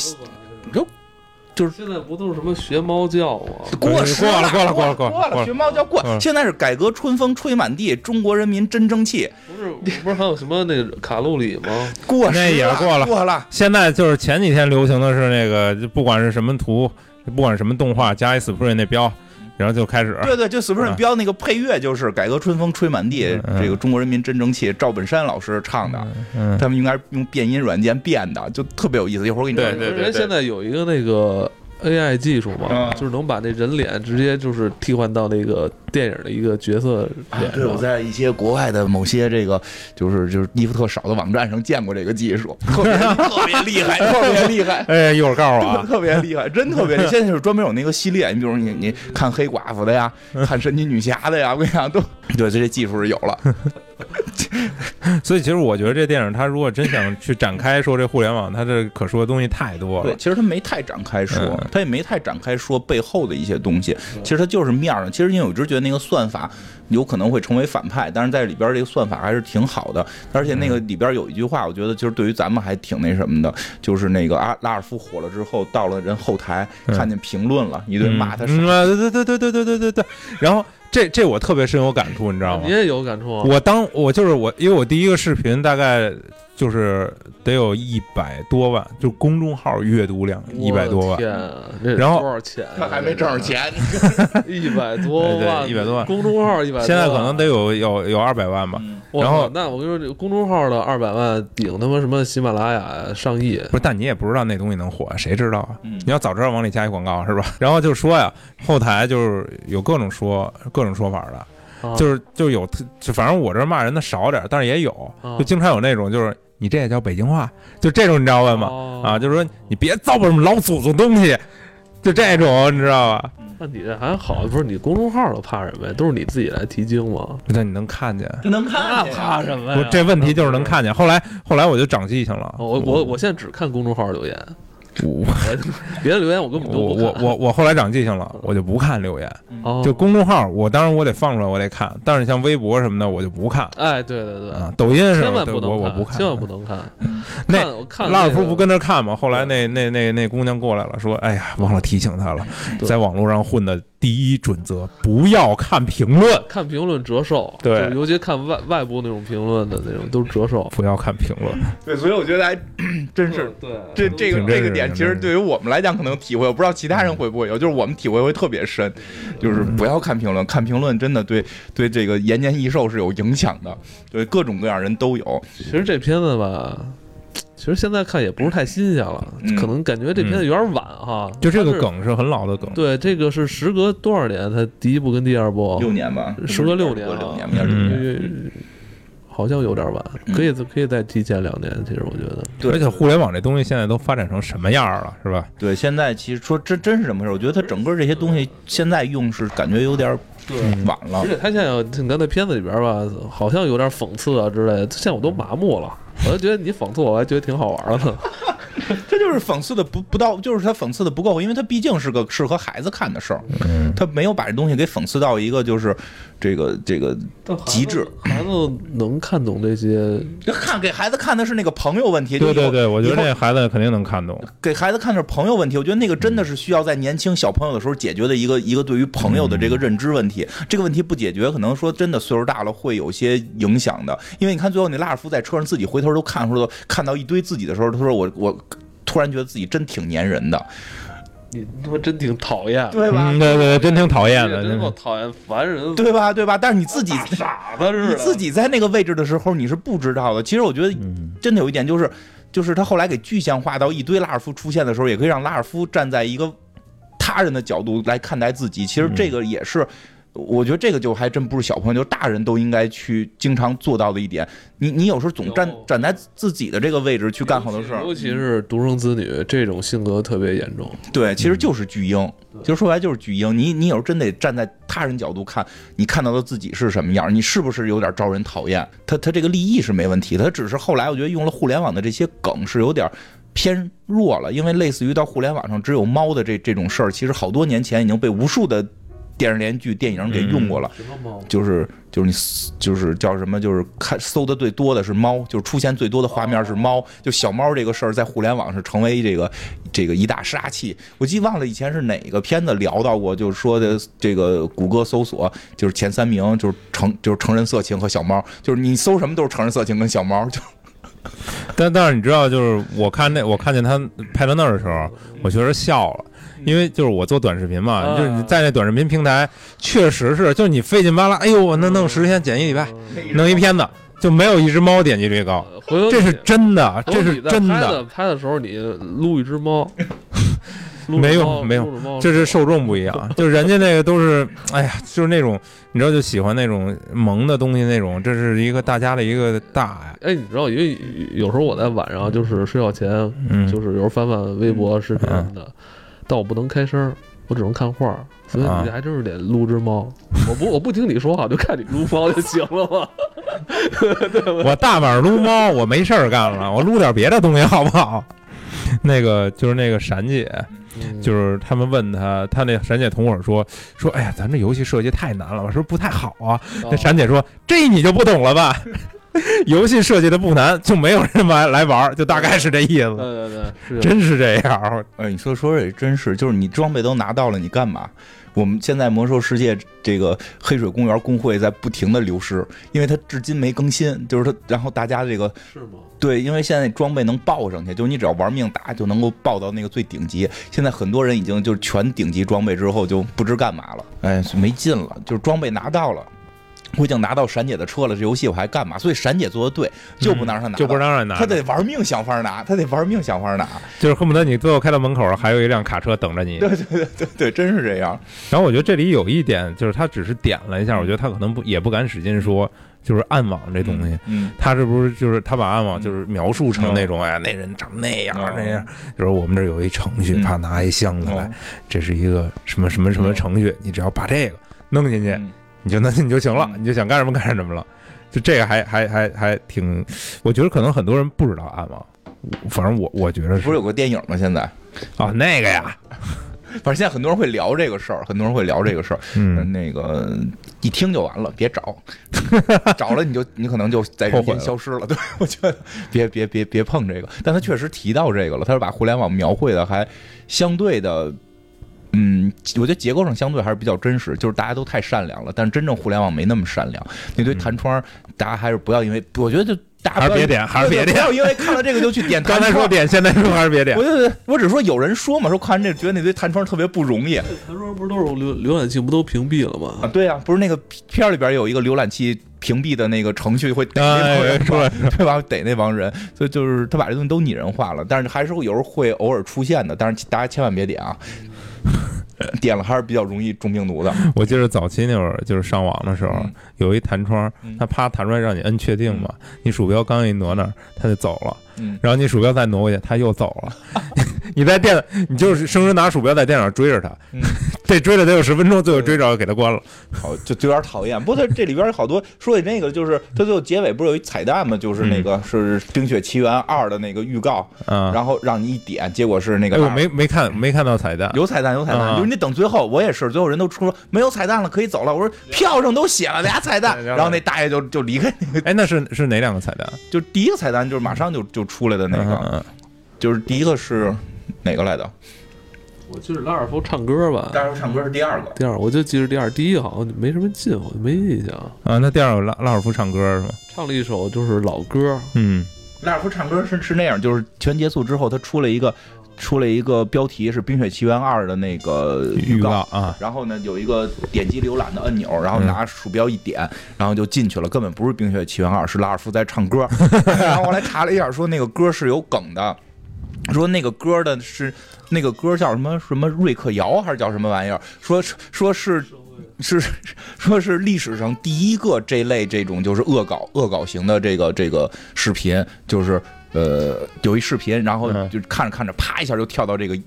Speaker 2: 就是
Speaker 1: 现在不都是什么学猫叫吗？
Speaker 2: 过时
Speaker 3: 过了过了
Speaker 2: 过
Speaker 3: 过了过了过
Speaker 2: 了，
Speaker 3: 了
Speaker 2: 学猫叫过
Speaker 3: 过。了
Speaker 2: 现在是改革春风吹满地，中国人民真争气。
Speaker 1: 不是，不是还有什么那卡路里吗？
Speaker 2: 过时
Speaker 3: 那也过
Speaker 2: 了，
Speaker 3: 了嗯
Speaker 2: 过了。
Speaker 3: 现在就是前几天流行的是那个，就不管是什么图，不管什么动画，加一 Spring 那标，然后就开始。
Speaker 2: 嗯对对，就 Spring
Speaker 3: 嗯
Speaker 2: 标那个配乐就是“改革春风吹满地”，
Speaker 3: 嗯
Speaker 2: 这个中国人民真争气，赵本山老师唱的，
Speaker 3: 嗯，
Speaker 2: 他们应该是用变音软件变的，就特别有意思。一会儿我给你
Speaker 3: 对
Speaker 2: 找一个
Speaker 1: 人现在有一个那个 AI 技术嘛，
Speaker 2: 啊
Speaker 1: 就是能把那人脸直接就是替换到那个电影的一个角色
Speaker 2: 啊
Speaker 1: 脸，
Speaker 2: 对，我
Speaker 1: 上。
Speaker 2: 在一些国外的某些这个就是就是衣服特少的网站上见过这个技术，特
Speaker 3: [LAUGHS]
Speaker 2: 别特别厉害，特别厉害。
Speaker 3: 哎，一会儿告诉我啊，
Speaker 2: 特别厉害，真特别厉害。现在就是专门有那个系列，你比如你你看黑寡妇的呀，
Speaker 3: 嗯
Speaker 2: 看神奇女侠的呀，我跟你讲
Speaker 3: [LAUGHS]
Speaker 2: 都对，这这技术是有了。
Speaker 3: 所以其实我觉得这电影，它如果真想去展开说这互联网，它这可说的东西太多
Speaker 2: 对，
Speaker 3: 了。
Speaker 2: 其实他没太展开说
Speaker 3: 嗯，
Speaker 2: 他也没太展开说背后的一些东西。其实他就是面儿上，其实因为我一直觉得那个算法有可能会成为反派，但是在里边儿这个算法还是挺好的。而且那个
Speaker 3: 嗯
Speaker 2: 里边儿有一句话，我觉得就是对于咱们还挺那什么的，就是那个阿拉尔夫火了之后，到了人后台
Speaker 3: 嗯
Speaker 2: 看见评论了，一堆骂他傻
Speaker 3: 嗯啊对对对对对对对对。然后这这我特别深有感触，你知道吗
Speaker 1: 你？也有感触啊？
Speaker 3: 我当我就是我，因为我第一个视频大概就是得有一百多万，就公众号阅读量一百多
Speaker 1: 我
Speaker 3: 万。
Speaker 1: 天啊，这
Speaker 3: 然后
Speaker 1: 多少钱啊？
Speaker 2: 他还没挣着钱，
Speaker 1: 一百多
Speaker 3: 哎对
Speaker 1: 万，
Speaker 3: 对100多万
Speaker 1: 公众号一百，
Speaker 3: 现在可能得有有有二百万吧，
Speaker 2: 嗯
Speaker 1: 我
Speaker 3: 然
Speaker 1: 靠
Speaker 3: 后
Speaker 1: 那我跟你说，这公众号的二百万顶他妈什么喜马拉雅上亿，
Speaker 3: 不是，但你也不知道那东西能火，谁知道啊？
Speaker 2: 嗯
Speaker 3: 你要早知道往里加一广告是吧？ [LAUGHS] 然后就说呀，后台就是有各种说各种说法的，
Speaker 1: 啊
Speaker 3: 就是就有就反正我这儿骂人的少点儿，但是也有
Speaker 1: 啊，
Speaker 3: 就经常有那种就是你这也叫北京话，就这种你知道吧吗？
Speaker 1: 哦
Speaker 3: 啊，就是说你别糟粕什么老祖宗东西，就这种你知道吧？
Speaker 1: 那你这还好，不是你公众号都怕什么呀？都是你自己来提经吗？
Speaker 3: 那你能看见，
Speaker 2: 能
Speaker 1: 那
Speaker 2: 看见
Speaker 1: 怕什么
Speaker 3: 不
Speaker 1: 哎呀嗯哦
Speaker 3: 是？这问题就是能看见。后来后来我就长记性了，
Speaker 1: 我我我现在只看公众号留言，
Speaker 3: 我
Speaker 1: [LAUGHS] 我别的留言我根本
Speaker 3: 我
Speaker 1: 都不
Speaker 3: 我
Speaker 1: 看
Speaker 3: 我我后来长记性了，我就不看留言，
Speaker 1: 哦
Speaker 3: 就公众号，我当然我得放出来，我得看，但是像微博什么的我就不看
Speaker 1: 哎，对对对，
Speaker 3: 啊，抖音什
Speaker 1: 千
Speaker 3: 么
Speaker 1: 万
Speaker 3: 的
Speaker 1: 不
Speaker 3: 我
Speaker 1: 能
Speaker 3: 我
Speaker 1: 看，
Speaker 3: 不看，
Speaker 1: 千万不能看。
Speaker 3: 那
Speaker 1: 看我看
Speaker 3: 拉
Speaker 1: 那
Speaker 3: 尔夫
Speaker 1: 个
Speaker 3: 不跟那儿看吗？后来那那那那姑娘过来了，说：“哎呀，忘了提醒她了，
Speaker 1: 嗯对
Speaker 3: 在网络上混的第一准则，不要看评论，
Speaker 1: 看评论折寿，
Speaker 3: 对
Speaker 1: 就是尤其看外外部那种评论的那种都是折寿。
Speaker 3: 不要看评论。
Speaker 1: 嗯
Speaker 2: 对，所以我觉得还 [CLEARS THROAT] 真是
Speaker 1: 对，
Speaker 2: 这这个
Speaker 3: 挺真
Speaker 2: 这个
Speaker 3: 实
Speaker 2: 点，
Speaker 3: 挺
Speaker 2: 其实
Speaker 3: 真实
Speaker 2: 对于我们来讲可能体会，我不知道其他人会不会有，就是我们体会会特别深，就是不要看评论，看评论真的对对这个延年益寿是有影响的，对各种各样人都有。
Speaker 1: 其实这片子吧，其实现在看也不是太新鲜了，
Speaker 2: 嗯
Speaker 1: 可能感觉这片子有点晚哈。
Speaker 3: 就这
Speaker 1: 它
Speaker 3: 个
Speaker 1: 是，
Speaker 3: 梗是很老的梗，
Speaker 1: 对，这个是时隔多少年？它第一部跟第二部，
Speaker 2: 六年吧，
Speaker 1: 时隔六年
Speaker 2: 时隔
Speaker 1: 了
Speaker 2: 六年，
Speaker 1: 嗯
Speaker 2: 六年。
Speaker 1: 因为好像有点晚，
Speaker 2: 嗯
Speaker 1: 可以可以再提前两年。其实我觉得，
Speaker 2: 对
Speaker 3: 而且互联网这东西现在都发展成什么样儿了，是吧？
Speaker 2: 对，现在其实说真真是这么回事，我觉得它整个这些东西现在用是感觉有点晚了
Speaker 1: 而。且他现在有你看那片子里边吧，好像有点讽刺啊之类的，现在我都麻木了。我就觉得你讽刺我，我还觉得挺好玩的。
Speaker 2: 这就是讽刺的不不到，就是他讽刺的不够，因为他毕竟是个适合孩子看的事儿，他没有把这东西给讽刺到一个就是这个这个极致。
Speaker 1: 孩子能看懂这些，
Speaker 2: 就看给孩子看的是那个朋友问题，
Speaker 3: 对
Speaker 2: 就以
Speaker 3: 对
Speaker 2: 后
Speaker 3: 对，我觉得
Speaker 2: 以后
Speaker 3: 那孩子肯定能看懂。
Speaker 2: 给孩子看的是朋友问题，我觉得那个真的是需要在年轻小朋友的时候解决的一个一个对于朋友的这个认知问题。这个问题不解决，可能说真的岁数大了会有些影响的。因为你看最后你拉尔夫在车上自己回头都看出了，看到一堆自己的时候，他说我我突然觉得自己真挺粘人的，
Speaker 1: 你他妈真挺讨厌，
Speaker 2: 对吧？
Speaker 3: 嗯，对对，真挺讨厌的，
Speaker 1: 真
Speaker 3: 真
Speaker 1: 够
Speaker 3: 是
Speaker 1: 讨厌，烦人，
Speaker 2: 对吧？对吧？但是你自己
Speaker 1: 傻子似
Speaker 2: 你
Speaker 1: 的。
Speaker 2: 自己在那个位置的时候，你是不知道的。其实我觉得
Speaker 3: 嗯
Speaker 2: 真的有一点就是，就是他后来给具象化到一堆拉尔夫出现的时候，也可以让拉尔夫站在一个他人的角度来看待自己。其实这个也是。我觉得这个就还真不是小朋友，就是大人都应该去经常做到的一点。你你有时候总站
Speaker 1: 有
Speaker 2: 站在自己的这个位置去干好多事儿，
Speaker 1: 尤其是独生子女这种性格特别严重。
Speaker 2: 对，其实
Speaker 1: 嗯
Speaker 2: 就是巨婴，其实说白了就是巨婴。你你有时候真得站在他人角度看，你看到的自己是什么样，你是不是有点招人讨厌？他他这个立意是没问题，他只是后来我觉得用了互联网的这些梗是有点。偏弱了，因为类似于到互联网上只有猫的这这种事儿，其实好多年前已经被无数的电视连续剧、电影给用过了。
Speaker 1: 嗯什么猫？
Speaker 2: 就是就是你就是叫什么，就是看搜的最多的是猫，就是出现最多的画面是猫，就小猫这个事儿在互联网上成为这个这个一大杀器。我记忘了以前是哪个片子聊到过，就是说的这个谷歌搜索就是前三名就是成就是成人色情和小猫，就是你搜什么都是成人色情跟小猫，就
Speaker 3: 但但是你知道，就是我看那我看见他拍到那儿的时候，我确实笑了。
Speaker 1: 嗯
Speaker 3: 因为就是我做短视频嘛，
Speaker 1: 啊
Speaker 3: 就是你在那短视频平台，确实是，就是你费劲巴拉，哎呦，我弄弄十天剪一礼拜，弄一片子，就没有一只猫点击率高，
Speaker 1: 啊回头你
Speaker 3: 这是真的，
Speaker 1: 回头
Speaker 3: 这
Speaker 1: 你
Speaker 3: 是
Speaker 1: 在
Speaker 3: 真
Speaker 1: 拍
Speaker 3: 的。 [LAUGHS]
Speaker 1: 拍的时候，你撸一只猫，撸着
Speaker 3: 没有
Speaker 1: 猫
Speaker 3: 没有
Speaker 1: 撸着猫
Speaker 3: 就是受众不一样，就是人家那个都是，哎呀，就是那种你知道就喜欢那种萌的东西那种，这是一个大家的一个大爱，
Speaker 1: 哎，你知道，因为有时候我在晚上就是睡觉前，
Speaker 3: 嗯，
Speaker 1: 就是有时候翻翻微博、视频什么的，但我不能开声，我只能看画儿。所以
Speaker 3: 啊
Speaker 1: 你还真是得撸只猫， [LAUGHS] 我不我不听你说话，我就看你撸猫就行了嘛。
Speaker 3: [LAUGHS] 我大晚上撸猫，我没事儿干了，我撸点别的东西好不好？ [LAUGHS] 那个就是那个闪姐， [LAUGHS]
Speaker 1: 嗯
Speaker 3: 就是他们问他，他那闪姐同伙说说，哎呀，咱这游戏设计太难了，我说不太好啊。那
Speaker 1: 那
Speaker 3: 闪姐说，这你就不懂了吧？ [LAUGHS] 游戏设计的不难，就没有人来来玩儿，就大概是这意
Speaker 1: 对
Speaker 3: 思，
Speaker 1: 哦对对，是
Speaker 3: 真是这样。
Speaker 2: 哎，你说说这也真是，就是你装备都拿到了，你干嘛？我们现在魔兽世界这个黑水公园工会在不停的流失，因为它至今没更新，就是它，然后大家这个
Speaker 1: 是吗？
Speaker 2: 对，因为现在装备能报上去，就是你只要玩命打就能够报到那个最顶级。现在很多人已经就是全顶级装备之后就不知干嘛了，哎，没劲了，就是装备拿到了。我已经拿到闪姐的车了，这游戏我还干嘛？所以闪姐做的对，就不能让她拿到、
Speaker 3: 嗯就不让人拿着，
Speaker 2: 她得玩命想法拿，她得玩命想法拿。 [LAUGHS]
Speaker 3: 就是恨不得你最后开到门口还有一辆卡车等着你。
Speaker 2: 对对对对对，真是这样。
Speaker 3: 然后我觉得这里有一点，就是他只是点了一下，我觉得他可能不也不敢使劲说，就是暗网这东西。
Speaker 2: 嗯，
Speaker 3: 他这不是就是他把暗网就是描述成那种哎呀那人长那样
Speaker 2: 嗯
Speaker 3: 那样，就是我们这儿有一程序，
Speaker 2: 嗯
Speaker 3: 啪拿一箱子来
Speaker 2: 嗯，
Speaker 3: 这是一个什么什么什么程序，你只要把这个弄进去，
Speaker 2: 嗯
Speaker 3: 你就能你就行了，
Speaker 2: 嗯
Speaker 3: 你就想干什么干什么了。就这个还还还还挺，我觉得可能很多人不知道暗网，反正我我觉得
Speaker 2: 不是有个电影吗？现在，
Speaker 3: 啊那个呀，
Speaker 2: 反正现在很多人会聊这个事儿，很多人会聊这个事儿。
Speaker 3: 嗯，
Speaker 2: 那个一听就完了，别找，
Speaker 3: [LAUGHS]
Speaker 2: 找了你就你可能就在人
Speaker 3: 后悔
Speaker 2: 间
Speaker 3: 了
Speaker 2: 消失了。对， [LAUGHS] 我觉得别别别别碰这个。但他确实提到这个了，他是把互联网描绘的还相对的。嗯，我觉得结构上相对还是比较真实，就是大家都太善良了，但是真正互联网没那么善良。那堆弹窗，大家还是不要因为，我觉得就大家
Speaker 3: 嗯还是
Speaker 2: 不要
Speaker 3: 别点还是别
Speaker 2: 对对不要因为看了这个就去点弹
Speaker 3: [LAUGHS] 刚才说
Speaker 2: 窗。
Speaker 3: 点，现在说还是别点
Speaker 2: 我，就我只说有人说嘛，说看这觉得那堆弹窗特别不容易，
Speaker 1: 他说不是都是浏浏览器不都屏蔽了
Speaker 2: 啊，
Speaker 1: 吗？
Speaker 2: 对啊，不是那个片儿里边有一个浏览器屏蔽的那个程序会逮那帮
Speaker 3: 哎
Speaker 2: 人，
Speaker 3: 说
Speaker 2: 对吧？逮那帮人，所以就是他把这东西都拟人化了，但是还是会有时候会偶尔出现的，但是大家千万别点
Speaker 3: [LAUGHS]
Speaker 2: 啊，点了还是比较容易中病毒的。
Speaker 3: 我记得早期那会儿，就是上网的时候
Speaker 2: 嗯，
Speaker 3: 有一弹窗
Speaker 2: 嗯，
Speaker 3: 它啪弹出来让你摁确定嘛，你鼠标刚一挪那儿，它就走了，
Speaker 2: 嗯，
Speaker 3: 然后你鼠标再挪过去，它又走了。
Speaker 2: [LAUGHS]
Speaker 3: 你在电，你就是生生拿鼠标在电脑上追着它
Speaker 2: 嗯，
Speaker 3: [LAUGHS] 这追了得有十分钟，最后追着给它关了。
Speaker 2: 好，就就有点讨厌。不过它这里边有好多说起那个，就是它最后结尾不是有一彩蛋吗？就是那个是《冰雪奇缘二》的那个预告，
Speaker 3: 嗯啊，
Speaker 2: 然后让你一点，结果是那
Speaker 3: 哎，
Speaker 2: 个
Speaker 3: 我没没看没看到彩蛋，
Speaker 2: 有彩蛋，有彩蛋，
Speaker 3: 啊
Speaker 2: 就是你等最后，我也是，最后人都出说没有彩蛋了，可以走了。我说票上都写了俩彩蛋，
Speaker 3: 对然后
Speaker 2: 然后那大爷就就离开那个，
Speaker 3: 哎，那是是哪两个彩蛋？
Speaker 2: 就第一个彩蛋就是马上就就出来的那个，
Speaker 3: 嗯
Speaker 2: [LAUGHS] 就是第一个是哪个来的？
Speaker 1: 我记得拉尔夫唱歌吧，
Speaker 2: 大家唱歌是第二个，
Speaker 1: 第二我就记着第二，第一好像没什么劲，我没印象。
Speaker 3: 啊，那第二个拉拉尔夫唱歌是吗？
Speaker 1: 唱了一首就是老歌，
Speaker 3: 嗯，
Speaker 2: 拉尔夫唱歌是是那样，就是全结束之后，他出了一个出了一个标题是《冰雪奇缘二》的那个
Speaker 3: 预
Speaker 2: 预告
Speaker 3: 告。啊，
Speaker 2: 然后呢，有一个点击浏览的按钮，然后拿鼠标一点，然后就进去了，根本不是《冰雪奇缘二》，是拉尔夫在唱歌。然后后来查了一下，说那个歌是有梗的，说那个歌的是那个歌叫什么什么瑞克摇还是叫什么玩意儿？说说是。是说是历史上第一个这类这种就是恶搞恶搞型的这个这个视频，就是呃有一视频，然后
Speaker 3: 嗯
Speaker 2: 就看着看着，啪一下就跳到这个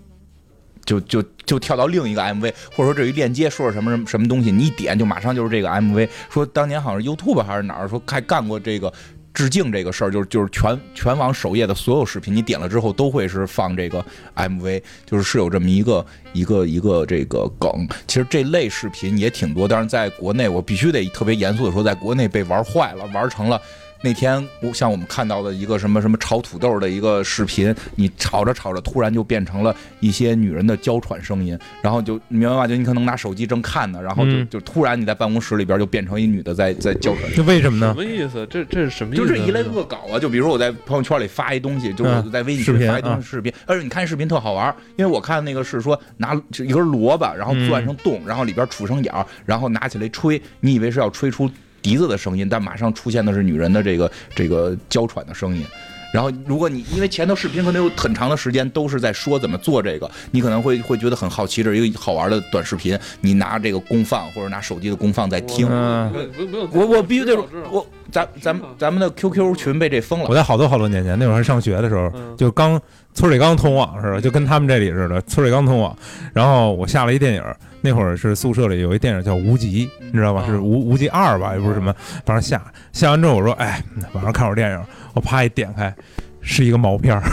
Speaker 2: 就就就跳到另一个 MV，或者说这有一链接说是什么什么什么东西，你一点就马上就是这个 MV。说当年好像是 YouTube 还是哪儿说还干过这个致敬这个事儿，就是就是全全网首页的所有视频，你点了之后都会是放这个 MV，就是是有这么一个一个一个这个梗。其实这类视频也挺多，但是在国内我必须得特别严肃的说，在国内被玩坏了，玩成了。那天我像我们看到的一个什么什么炒土豆的一个视频，你炒着炒着，突然就变成了一些女人的娇喘声音，然后就你明白吧？就你可能拿手机正看呢，然后就、
Speaker 3: 嗯
Speaker 2: 就突然你在办公室里边就变成一女的在在娇喘。
Speaker 3: 这为什么
Speaker 1: 什
Speaker 3: 呢？
Speaker 1: 么意思？这这是什么意
Speaker 2: 就
Speaker 1: 思？嗯
Speaker 2: 这一类恶搞啊，就比如说我在朋友圈里发一东西，就是我在微信
Speaker 3: 视频
Speaker 2: 群发一东西视频，而且你看视频特好玩，因为我看那个是说拿就一根萝卜，然后钻成洞，然后里边杵成眼儿，然后拿起来吹，你以为是要吹出笛子的声音，但马上出现的是女人的这个这个娇喘的声音。然后如果你因为前头视频可能有很长的时间都是在说怎么做这个，你可能会会觉得很好奇，这是一个好玩的短视频，你拿这个功放或者拿手机的功放在
Speaker 1: 哦
Speaker 2: 听。
Speaker 3: 嗯
Speaker 1: 没有没有，
Speaker 2: 我我必须得
Speaker 1: 我知道
Speaker 2: 我咱咱们咱们的 QQ 群被这封了
Speaker 3: 我，在好多好多年前，那会儿还上学的时候，
Speaker 1: 嗯
Speaker 3: 就刚村里刚通网似的，就跟他们这里似的，村里刚通网。然后我下了一电影，那会儿是宿舍里有一电影叫《无极》，你知道吧？
Speaker 1: 啊
Speaker 3: 是无无极二吧，也不是什么，反正下下完之后我说，哎，晚上看会儿电影，我啪一点开，是一个毛片儿， [LAUGHS]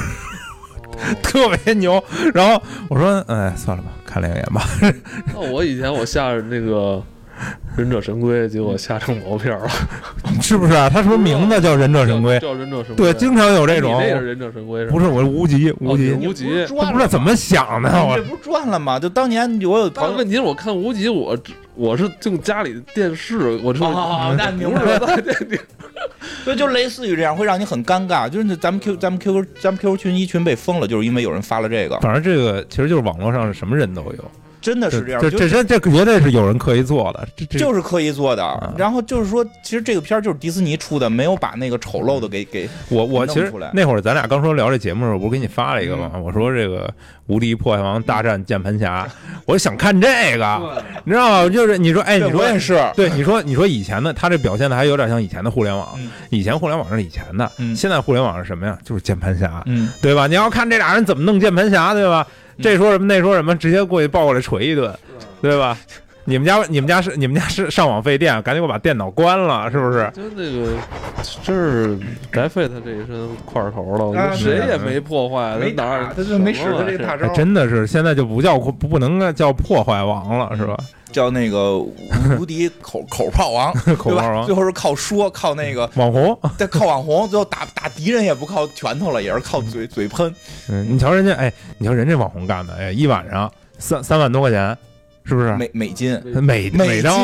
Speaker 3: 特别牛。然后我说，哎，算了吧，看两眼吧。 [LAUGHS]
Speaker 1: 那哦我以前我下那个忍者神龟，结果下成毛片了。
Speaker 3: 是不是啊？他说名字叫《忍者神龟》，
Speaker 1: 叫忍者神龟。
Speaker 3: 对，经常有这种
Speaker 1: 哦你。那也是哦忍者神龟是吧？
Speaker 3: 不是我无极无极，
Speaker 1: 无极
Speaker 2: 你
Speaker 3: 我
Speaker 2: 赚
Speaker 3: 不知道怎么啊想的，
Speaker 2: 了，
Speaker 3: 我
Speaker 2: 这不是赚了吗？就当年我有
Speaker 1: 但
Speaker 2: 朋
Speaker 1: 是
Speaker 2: 友。
Speaker 1: 问题是我看无极，我我是用家里的电视，我说 [LAUGHS]
Speaker 2: 哦，那明
Speaker 1: 不
Speaker 2: 白
Speaker 1: 是
Speaker 2: 了，
Speaker 1: 我在电视
Speaker 2: 所以就类似于这样，会让你很尴尬。就是咱们 Q 咱们 QQ 咱们 QQ 群一群被封了，就是因为有人发了这个，
Speaker 3: 反正这个其实就是网络上是什么人都有，
Speaker 2: 真的
Speaker 3: 这
Speaker 2: 是这样。
Speaker 3: 这
Speaker 2: 就
Speaker 3: 这这这绝对是有人刻意做的，这啊这
Speaker 2: 就是刻意做的，然后就是说，其实这个片儿就是迪士尼出的，没有把那个丑陋的给给
Speaker 3: 我我其
Speaker 2: 弄
Speaker 3: 实
Speaker 2: 出来嗯
Speaker 3: 那会儿咱俩刚说聊这节目的时候，我不是给你发了一个吗？我说这个《无敌破坏王大战键盘侠》，我就想看这个，你知道吗？就是你说哎，你
Speaker 2: 对
Speaker 3: 说
Speaker 2: 我也是，
Speaker 3: 对你说你说以前的他这表现的还有点像以前的互联网
Speaker 2: 嗯，
Speaker 3: 以前互联网是以前的，
Speaker 2: 嗯
Speaker 3: 现在互联网是什么呀？就是键盘侠，
Speaker 2: 嗯，
Speaker 3: 对吧？你要看这俩人怎么弄键盘侠，对吧？
Speaker 2: 嗯
Speaker 3: 这说什么那说什么，直接过去抱过来锤一顿，对吧？你们家你们家是你们家是上网费电，赶紧给我把电脑关了，是不是？
Speaker 1: 就那个，真是白费他这一身块头了，我觉
Speaker 2: 啊
Speaker 1: 得谁
Speaker 3: 对
Speaker 1: 也没破
Speaker 2: 嗯
Speaker 1: 坏，他哪儿
Speaker 2: 他就没使
Speaker 1: 什么
Speaker 2: 他
Speaker 1: 玩意儿
Speaker 2: 这个大
Speaker 3: 哎
Speaker 2: 招，，
Speaker 3: 真的是现在就不叫不不能叫破坏王了，是吧？ [LAUGHS]
Speaker 2: 叫那个无无敌口口炮王，
Speaker 3: 口
Speaker 2: 对
Speaker 3: 号
Speaker 2: 吧？最
Speaker 3: 王
Speaker 2: 后是靠说，靠那个，
Speaker 3: 网红，
Speaker 2: 再靠网红，最后打 [LAUGHS] 打敌人也不靠拳头了，也是靠嘴嘴喷，
Speaker 3: 嗯，你瞧人家，哎，你瞧人家网红干的，哎，一晚上三三万多块钱，是不是？
Speaker 2: 美美金，
Speaker 3: 每
Speaker 2: 美金
Speaker 3: 张，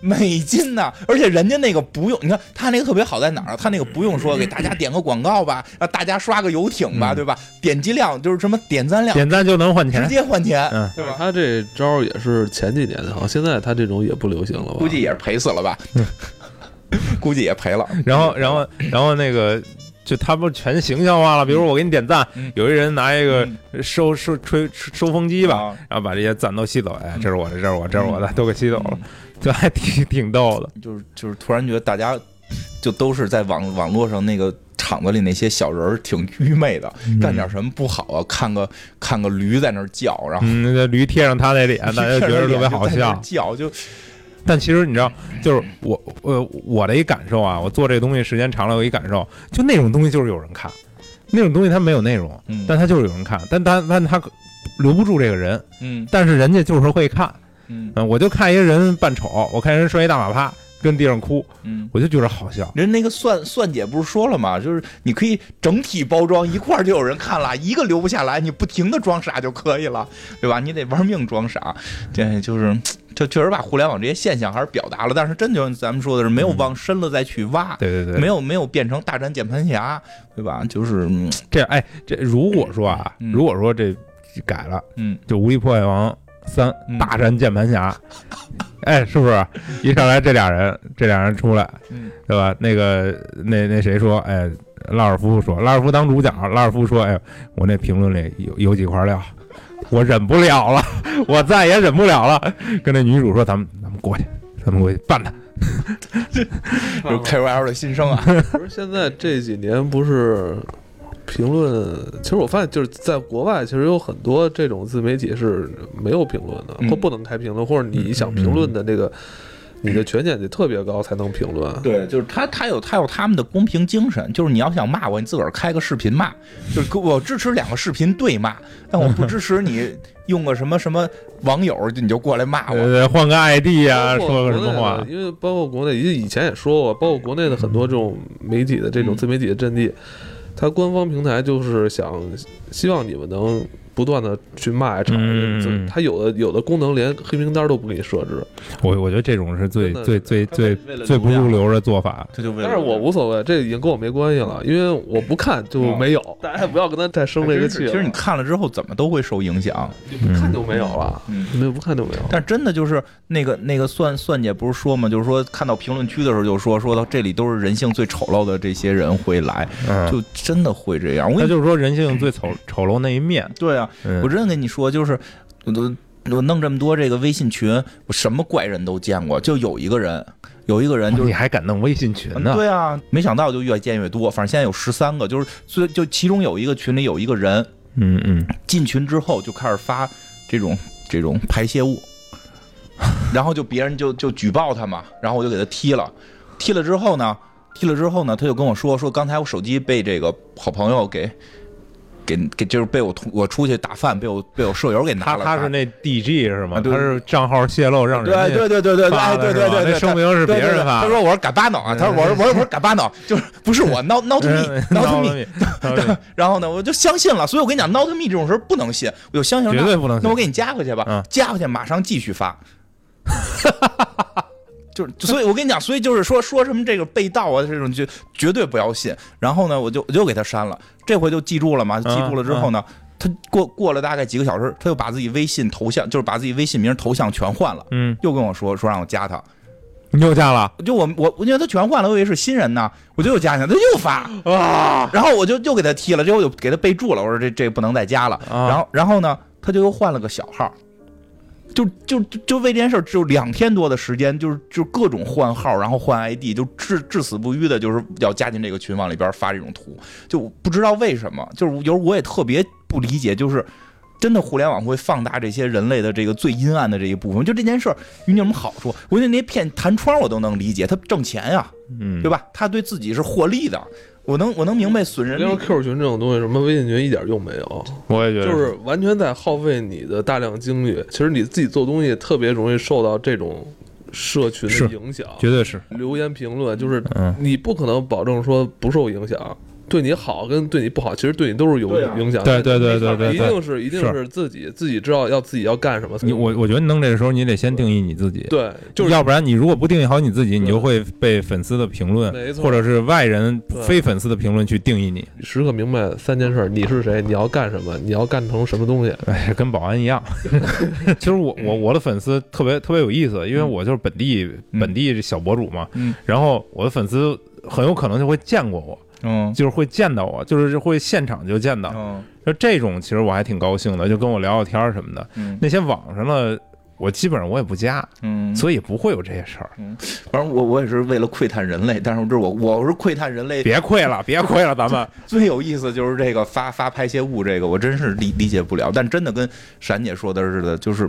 Speaker 2: 美金呐、而且人家那个不用，你看他那个特别好在哪儿啊？他那个不用说给大家点个广告吧，让大家刷个游艇吧，
Speaker 3: 嗯
Speaker 2: 对吧？点击量就是什么点赞量，
Speaker 3: 点赞就能换
Speaker 2: 直
Speaker 3: 钱，
Speaker 2: 接换钱，
Speaker 3: 嗯，
Speaker 2: 对吧？
Speaker 1: 他这招儿也是前几年的，好像现在他这种也不流行了吧？
Speaker 2: 估计也是赔死了吧，
Speaker 3: 嗯
Speaker 2: [LAUGHS] 估计也赔
Speaker 3: [LAUGHS]
Speaker 2: 了。 [LAUGHS]
Speaker 3: 然后，然后，然后那个，就他不全形象化了。比如我给你点赞，
Speaker 2: 嗯
Speaker 3: 有一人拿一个
Speaker 2: 嗯
Speaker 3: 收收吹收风机吧，
Speaker 2: 啊
Speaker 3: 然后把这些赞都吸走。哎，
Speaker 2: 嗯
Speaker 3: 这是我的，这是我的，这是我的，都给吸走了，就还挺挺逗的。
Speaker 2: 就是就是突然觉得大家就都是在网网络上那个厂子里那些小人儿挺愚昧的，嗯干点什么不好啊？看个看个驴在那儿叫，然 [LAUGHS] 后
Speaker 3: 嗯嗯，那个驴贴上
Speaker 2: [LAUGHS]
Speaker 3: 他那脸，大家觉得特别好
Speaker 2: 就在那儿
Speaker 3: 笑。
Speaker 2: 叫就
Speaker 3: 但其实你知道，就是我我我的一感受啊，我做这东西时间长了，我一感受，就那种东西就是有人看，那种东西它没有内容，
Speaker 2: 嗯
Speaker 3: 但它就是有人看，但它但它留不住这个人，
Speaker 2: 嗯
Speaker 3: 但是人家就是会看。
Speaker 2: 嗯
Speaker 3: 嗯，我就看一个人扮丑，我看人摔一大马趴，跟地上哭，
Speaker 2: 嗯。
Speaker 3: 我就觉得好笑。
Speaker 2: 人那个蒜蒜姐不是说了吗？就是你可以整体包装，一块儿就有人看了，一个留不下来，你不停的装傻就可以了，对吧？你得玩命装傻，这就是这确实把互联网这些现象还是表达了，但是真就像咱们说的是没有往深了再去挖，
Speaker 3: 对嗯对对，
Speaker 2: 没有没有变成大战键盘侠，对吧？就是嗯
Speaker 3: 这样哎，这如果说啊，
Speaker 2: 嗯
Speaker 3: 如果说这改了，
Speaker 2: 嗯，
Speaker 3: 就《无敌破坏王三》
Speaker 2: 嗯
Speaker 3: 大战键
Speaker 2: [LAUGHS]
Speaker 3: 盘侠，哎，是不是？一上来这俩人，这俩人出来
Speaker 2: 嗯，
Speaker 3: 对吧？那个那那谁说，哎，拉尔夫说，拉尔夫当主角，拉尔夫说，哎，我那评论里有有几块料。我忍不了了，我再也忍不了了。跟那女主说：“咱们咱们过去，咱们过去办他。
Speaker 2: 就是 [LAUGHS] KOL 的心声啊，
Speaker 1: 不是现在这几年不是评论，其实我发现就是在国外，其实有很多这种自媒体是没有评论的，
Speaker 2: 嗯
Speaker 1: 或不能开评论，或者你想评论的这个，你的权限得特别高才能评论。
Speaker 2: [LAUGHS] 对，就是他，他有他有他们的公平精神，就是你要想骂我，你自个儿开个视频骂，就是我支持两个视频对骂，但我不支持你用个什么什么网友就你就过来骂啊我。
Speaker 3: 呃，换个 ID 啊，
Speaker 1: 包括
Speaker 3: 说个什
Speaker 1: 国内
Speaker 3: 么
Speaker 1: 的
Speaker 3: 话？
Speaker 1: 因为包括国内，以以前也说过，包括国内的很多这种媒
Speaker 3: 嗯
Speaker 1: 体的这种自媒体的阵地，它官方平台就是想希望你们能不断的去骂产
Speaker 3: 嗯嗯嗯
Speaker 1: 品，就是它有的有的功能连黑名单都不给你设置，
Speaker 3: 我我觉得这种是最
Speaker 1: 真的
Speaker 3: 最
Speaker 1: 是
Speaker 3: 最最
Speaker 2: 为了
Speaker 3: 最不
Speaker 2: 流
Speaker 3: 入
Speaker 2: 量
Speaker 3: 流的做法。
Speaker 2: 这就为了
Speaker 1: 但是我无所谓，这已经跟我没关系了，因为我不看就没有，哦 [LAUGHS] 大家不要跟他再生这个气
Speaker 2: 其
Speaker 1: 了。
Speaker 2: 实你看了之后，怎么都会受影响。
Speaker 1: 你不看就没有了，
Speaker 2: 嗯，
Speaker 1: 没有不看就没有。
Speaker 2: 但真的就是那个那个蒜蒜姐不是说嘛，就是说看到评论区的时候就说说到这里都是人性最丑陋的这些人会来，
Speaker 3: 嗯，
Speaker 2: 就真的会这样。我跟
Speaker 3: 他
Speaker 2: 你
Speaker 3: 就是说人性最丑丑陋那一面。
Speaker 2: 对啊，
Speaker 3: 嗯
Speaker 2: 我，真的跟你说，就是我都我弄这么多这个微信群，我什么怪人都见过，就有一个人，有一个人就是
Speaker 3: 你还敢弄微信群呢？
Speaker 2: 对啊，没想到就越见越多，反正现在有十三个，就是最就其中有一个群里有一个人
Speaker 3: 嗯嗯，
Speaker 2: 进群之后就开始发这种 [LAUGHS] 这种排泄物， [LAUGHS] 然后就别人就就举报他嘛，然后我就给他踢了，踢了之后呢，踢了之后呢，他就跟我说说刚才我手机被这个好朋友给。给给就是被我同我出去打饭，被我被我舍友给拿
Speaker 3: 他
Speaker 2: 了。
Speaker 3: 他是那 DG 是吗？
Speaker 2: 啊对
Speaker 3: 他是账号泄露让人家
Speaker 2: 对对对对对对，
Speaker 3: 发
Speaker 2: 哎
Speaker 3: 的
Speaker 2: 对
Speaker 3: 是
Speaker 2: 对
Speaker 3: 吧
Speaker 2: 对对，
Speaker 3: 那声明是别人发
Speaker 2: 他
Speaker 3: 的
Speaker 2: 说我是嘎巴脑啊，他说我是我是我是嘎巴脑，就是不是
Speaker 3: [LAUGHS]
Speaker 2: 我，not not
Speaker 3: 嗯
Speaker 2: me，not
Speaker 3: ，not
Speaker 2: me。
Speaker 3: me，not me
Speaker 2: 然后呢，我就相信了，所以我跟你讲，not me 这种时候不能信，我就
Speaker 3: [LAUGHS]
Speaker 2: 相信了。
Speaker 3: 绝对不能
Speaker 2: [LAUGHS]
Speaker 3: 信
Speaker 2: 那我给你加回去吧，
Speaker 3: 嗯
Speaker 2: 加回去马上继续发。就是，所以我跟你讲，所以就是说说什么这个被盗啊这种就绝对不要信。然后呢，我就我就给他删了，这回就记住了嘛，记住了之后呢，他过过了大概几个小时，他又把自己微信头像，就是把自己微信名头像全换了，
Speaker 3: 嗯，
Speaker 2: 又跟我说说让我加他。
Speaker 3: 你又加了
Speaker 2: 就我我我因为他全换了，我以为是新人呢，我就又加进去，他又发啊，然后我就又给他踢了，之后我就给他备注了，我说这这不能再加了，
Speaker 3: 啊
Speaker 2: 然后然后呢，他就又换了个小号。就就就就为这件事儿，只有两天多的时间，就是就各种换号，然后换 ID，就至至死不渝的，就是要加进这个群往里边发这种图，就不知道为什么，就是有时候我也特别不理解，就是真的互联网会放大这些人类的这个最阴暗的这一部分。就这件事儿，与你有什么好处？我觉得那些骗弹窗我都能理解，他挣钱呀，
Speaker 3: 嗯，
Speaker 2: 对吧？他对自己是获利的，我能我能明白损人
Speaker 1: 比
Speaker 2: 利
Speaker 3: 嗯
Speaker 1: 如说 Q 群这种东西，什么微信群一点用没有，
Speaker 3: 我也觉得
Speaker 1: 就是完全在耗费你的大量精力。其实你自己做东西特别容易受到这种社群
Speaker 3: 是
Speaker 1: 的影响，
Speaker 3: 绝对是，
Speaker 1: 留言评论就是
Speaker 3: 嗯
Speaker 1: 你不可能保证说不受影响。对你好跟对你不好，其实对你都是有
Speaker 2: 对啊
Speaker 1: 影响
Speaker 3: 对
Speaker 1: 的。
Speaker 3: 对对对对
Speaker 1: 一
Speaker 3: 对
Speaker 1: 定是一定
Speaker 3: 是
Speaker 1: 是自己自己知道要自己要干什么。
Speaker 3: 你我我觉得弄这个时候你得先定义你自己，
Speaker 1: 对，就是
Speaker 3: 要不然你如果不定义好你自己，你
Speaker 1: 对
Speaker 3: 就会被粉丝的评论
Speaker 1: 没错
Speaker 3: 或者是外人
Speaker 1: 对
Speaker 3: 非粉丝的评论去定义你，
Speaker 1: 时刻明白三件事：你是谁，你要干什么，你要干成什么东西。
Speaker 3: 哎，跟保安一
Speaker 1: [LAUGHS]
Speaker 3: 样。其实我我我的粉丝特别特别有意思，因为我就是本地
Speaker 2: 嗯
Speaker 3: 本地小博主嘛，
Speaker 2: 嗯
Speaker 3: 然后我的粉丝很有可能就会见过我，
Speaker 2: 嗯
Speaker 3: 就是会见到我，就是会现场就见到。
Speaker 2: 嗯
Speaker 3: 就这种，其实我还挺高兴的，就跟我聊聊天儿什么的。
Speaker 2: 嗯
Speaker 3: 那些网上的，我基本上我也不加，
Speaker 2: 嗯，
Speaker 3: 所以也不会有这些事儿。
Speaker 2: 反正我我也是为了窥探人类，但是这是我我是窥探人类
Speaker 3: 别亏了，别亏了，咱们
Speaker 2: 最有意思就是这个发发排泄物这个，我真是理理解不了。但真的跟闪姐说的似的，就是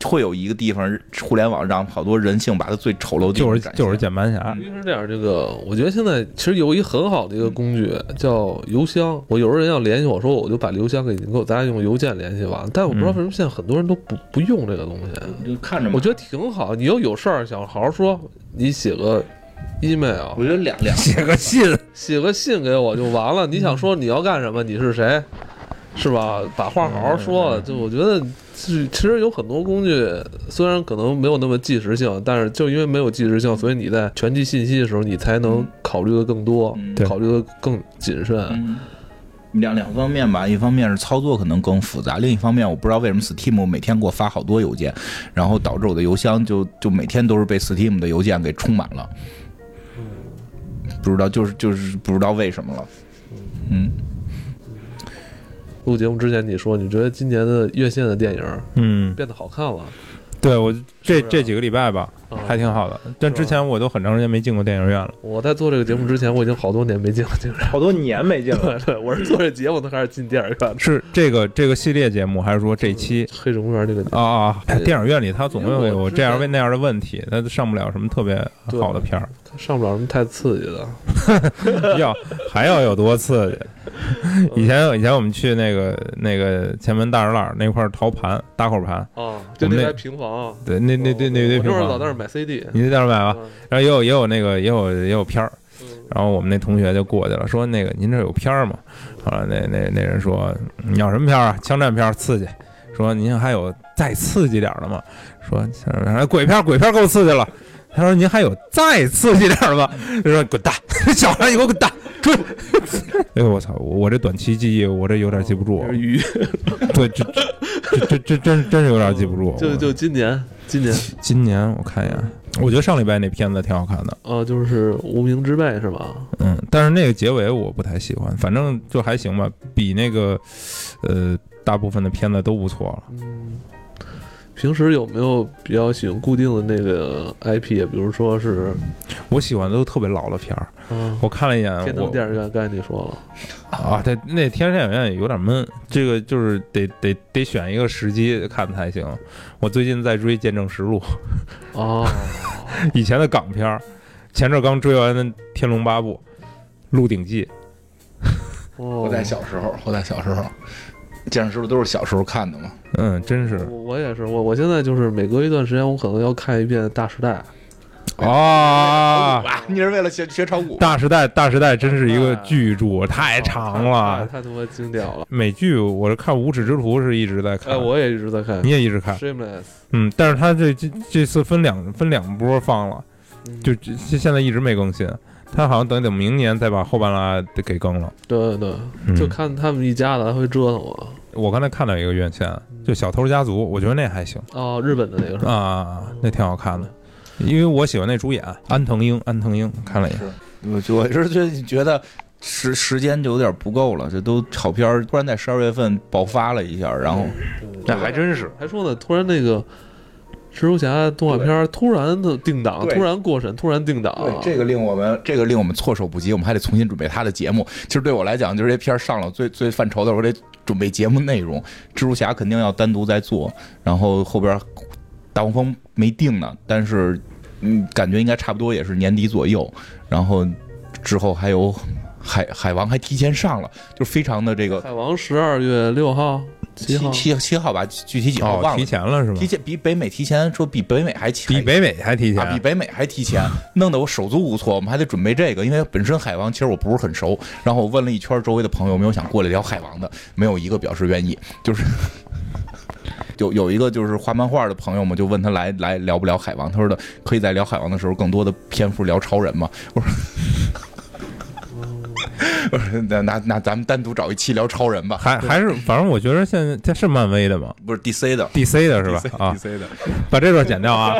Speaker 2: 嘖会有一个地方，互联网让好多人性把它最丑陋的地方
Speaker 3: 就是
Speaker 2: 展现
Speaker 3: 就是键盘侠
Speaker 1: 因为是这样，这个我觉得现在其实有一很好的一个工具叫邮箱。我有时候人要联系我说，我就把邮箱给你给我，咱俩用邮件联系吧。但我不知道为什么现在很多人都不不用这个东西。
Speaker 2: 就看着嘛
Speaker 1: 我觉得挺好，你要有事儿想好好说，你写个 email，
Speaker 2: 我觉得两两
Speaker 3: 写个信，
Speaker 1: 写个信给我就完了。你想说你要干什么，你是谁，是吧？把话好好说。就我觉得是，其实有很多工具，虽然可能没有那么即时性，但是就因为没有即时性，所以你在全局信息的时候，你才能考虑的更多，
Speaker 2: 嗯
Speaker 1: 考虑的更谨慎。
Speaker 2: 嗯两两方面吧，一方面是操作可能更复杂，另一方面我不知道为什么 Steam 每天给我发好多邮件，然后导致我的邮箱就就每天都是被 Steam 的邮件给充满了，嗯不知道就是就是不知道为什么了，嗯。
Speaker 1: 录节目之前，你说你觉得今年的院线的电影
Speaker 3: 嗯，
Speaker 1: 变得好看了，
Speaker 3: 对我这
Speaker 1: 是不是啊
Speaker 3: 这几个礼拜吧，
Speaker 1: 嗯
Speaker 3: 还挺好的。但之前我都很长时间没进过电影院了，
Speaker 1: 我在做这个节目之前，我已经好多年没进过电影院。
Speaker 3: 好多年没进。
Speaker 1: 对对， [LAUGHS] 我是做这节目才开始进电影院的。
Speaker 3: [LAUGHS] 是这个这个系列节目，还是说这期？
Speaker 1: 黑水公园这个
Speaker 3: 啊啊！哎电影院里他总会
Speaker 1: 嗯因为
Speaker 3: 有
Speaker 1: 我
Speaker 3: 这样
Speaker 1: 之前
Speaker 3: 那样的问题，他上不了什么特别好的片儿。
Speaker 1: 上不了什么太刺激的，
Speaker 3: 要还要有
Speaker 1: [LAUGHS]
Speaker 3: 多刺激？以前以前我们去那个那个前门大栅栏那块儿淘盘搭口盘，
Speaker 1: 啊，
Speaker 3: 我
Speaker 1: 就
Speaker 3: 们
Speaker 1: 那
Speaker 3: 那
Speaker 1: 台平房，啊
Speaker 3: 对，那那那那那
Speaker 1: 嗯哦我
Speaker 3: 平
Speaker 1: 就是老在那嗯儿
Speaker 3: 房，
Speaker 1: 买 CD，
Speaker 3: 啊你在那儿买吧。然后也有也有那个也有也有片儿，
Speaker 1: 嗯
Speaker 3: 然后我们那同学就过去了，说那个您这有片儿吗？后来那那那人说你要什么片儿啊？枪战片儿刺激。说您还有再刺激点儿的吗？说枪战鬼片儿鬼片儿够刺激了。他说您还有再刺激点儿的吗？他说滚蛋，小孩你给我滚蛋，滚！哎呦我操，我这短期记忆我这有点记不住，
Speaker 1: 鱼，
Speaker 3: 对，这这这这真真是有点记不住。
Speaker 1: 就就今年，今年
Speaker 3: 今年我看一眼，我觉得上礼拜那片子挺好看的，
Speaker 1: 啊，就是无名之辈是吧？
Speaker 3: 嗯，但是那个结尾我不太喜欢，反正就还行吧，比那个呃大部分的片子都不错了。
Speaker 1: 嗯，平时有没有比较喜欢固定的那个 IP？比如说是，
Speaker 3: 我喜欢的都特别老的片儿，
Speaker 1: 嗯、
Speaker 3: 我看了一眼，
Speaker 1: 天
Speaker 3: 我
Speaker 1: 堂电影院刚才你说了，
Speaker 3: 啊，对，那天山电影院也有点闷，这个就是得得得选一个时机看才行。我最近在追《见证实录》， [LAUGHS]
Speaker 1: 哦，
Speaker 3: 以前的港片儿，前阵儿刚追完《天龙八部》。《鹿鼎记
Speaker 1: 哦
Speaker 2: [LAUGHS] 我在，小时候，我在小时候，健身师傅都是小时候看的嘛。》，
Speaker 3: 嗯，真是
Speaker 1: 哦我我也是，我我现在就是每隔一段时间，我可能要看一遍《大时代》。
Speaker 3: 啊，
Speaker 2: 哇，你是为了学学炒股？
Speaker 3: 大时代，大时代真是一个巨著，太长
Speaker 1: [LAUGHS]
Speaker 3: 了。
Speaker 1: 太太他妈经典了。
Speaker 3: 美剧我是看《无耻之徒》是一直在
Speaker 2: 呃
Speaker 3: 看，
Speaker 1: 哎，我也一直在看
Speaker 3: 你也一直看，
Speaker 1: Shameless，
Speaker 3: 嗯，但是他这这这次分两分两波放了，
Speaker 1: 嗯
Speaker 3: 就这这现在一直没更新，他好像等等明年再把后半拉得给更了。
Speaker 1: 对对
Speaker 3: 嗯
Speaker 1: 对，就看他们一家的还会折腾我。
Speaker 3: 我刚才看到一个院线，
Speaker 2: 嗯
Speaker 3: 就《小偷家族》，我觉得那还行
Speaker 1: 哦，日本的那个是吧？
Speaker 3: 啊，那挺好看的，因为我喜欢那主演安藤英，安藤英看了一眼，
Speaker 2: 我就我是觉觉得时时间就有点不够了，这都好片儿突然在十二月份爆发了一下，然后
Speaker 3: 那还真是，
Speaker 1: 还说呢，突然那个蜘蛛侠动画片儿突然的定档，
Speaker 2: 对
Speaker 1: 突然过审，突然定档。
Speaker 2: 对，这个令我们这个令我们措手不及，我们还得重新准备他的节目。其实对我来讲，就是这片儿上了最最犯愁的，我得准备节目内容。蜘蛛侠肯定要单独再做，然后后边大黄蜂没定呢，但是嗯，感觉应该差不多也是年底左右。然后之后还有海海王还提前上了，就非常的这个
Speaker 1: 海王十二月六号、七
Speaker 2: 七
Speaker 1: 号，
Speaker 2: 七七号吧，具体几号
Speaker 3: 哦，
Speaker 2: 忘
Speaker 3: 提
Speaker 2: 了。
Speaker 3: 前了是吗
Speaker 2: 提？前比北美提前说比北美还前
Speaker 3: 比北美还提
Speaker 2: 啊，比
Speaker 3: 前，
Speaker 2: 北美还提
Speaker 3: [LAUGHS]
Speaker 2: 前，弄得我手足无措。我们还得准备这个，因为本身海王其实我不是很熟，然后我问了一圈周围的朋友，有没有想过来聊海王的，没有一个表示愿意。就是 [LAUGHS] 有有一个就是画漫画的朋友嘛，就问他来来聊不聊海王，他说的可以在聊海王的时候更多的篇幅聊超人嘛。 [LAUGHS] 我说。我说 [LAUGHS] 那那那咱们单独找一期聊超人吧，
Speaker 3: 还还是反正我觉得现在这是漫威的嘛
Speaker 2: 不是 DC 的
Speaker 3: ，DC 的是吧？啊，
Speaker 2: ，DC 的，
Speaker 3: [LAUGHS] 把这段剪掉啊，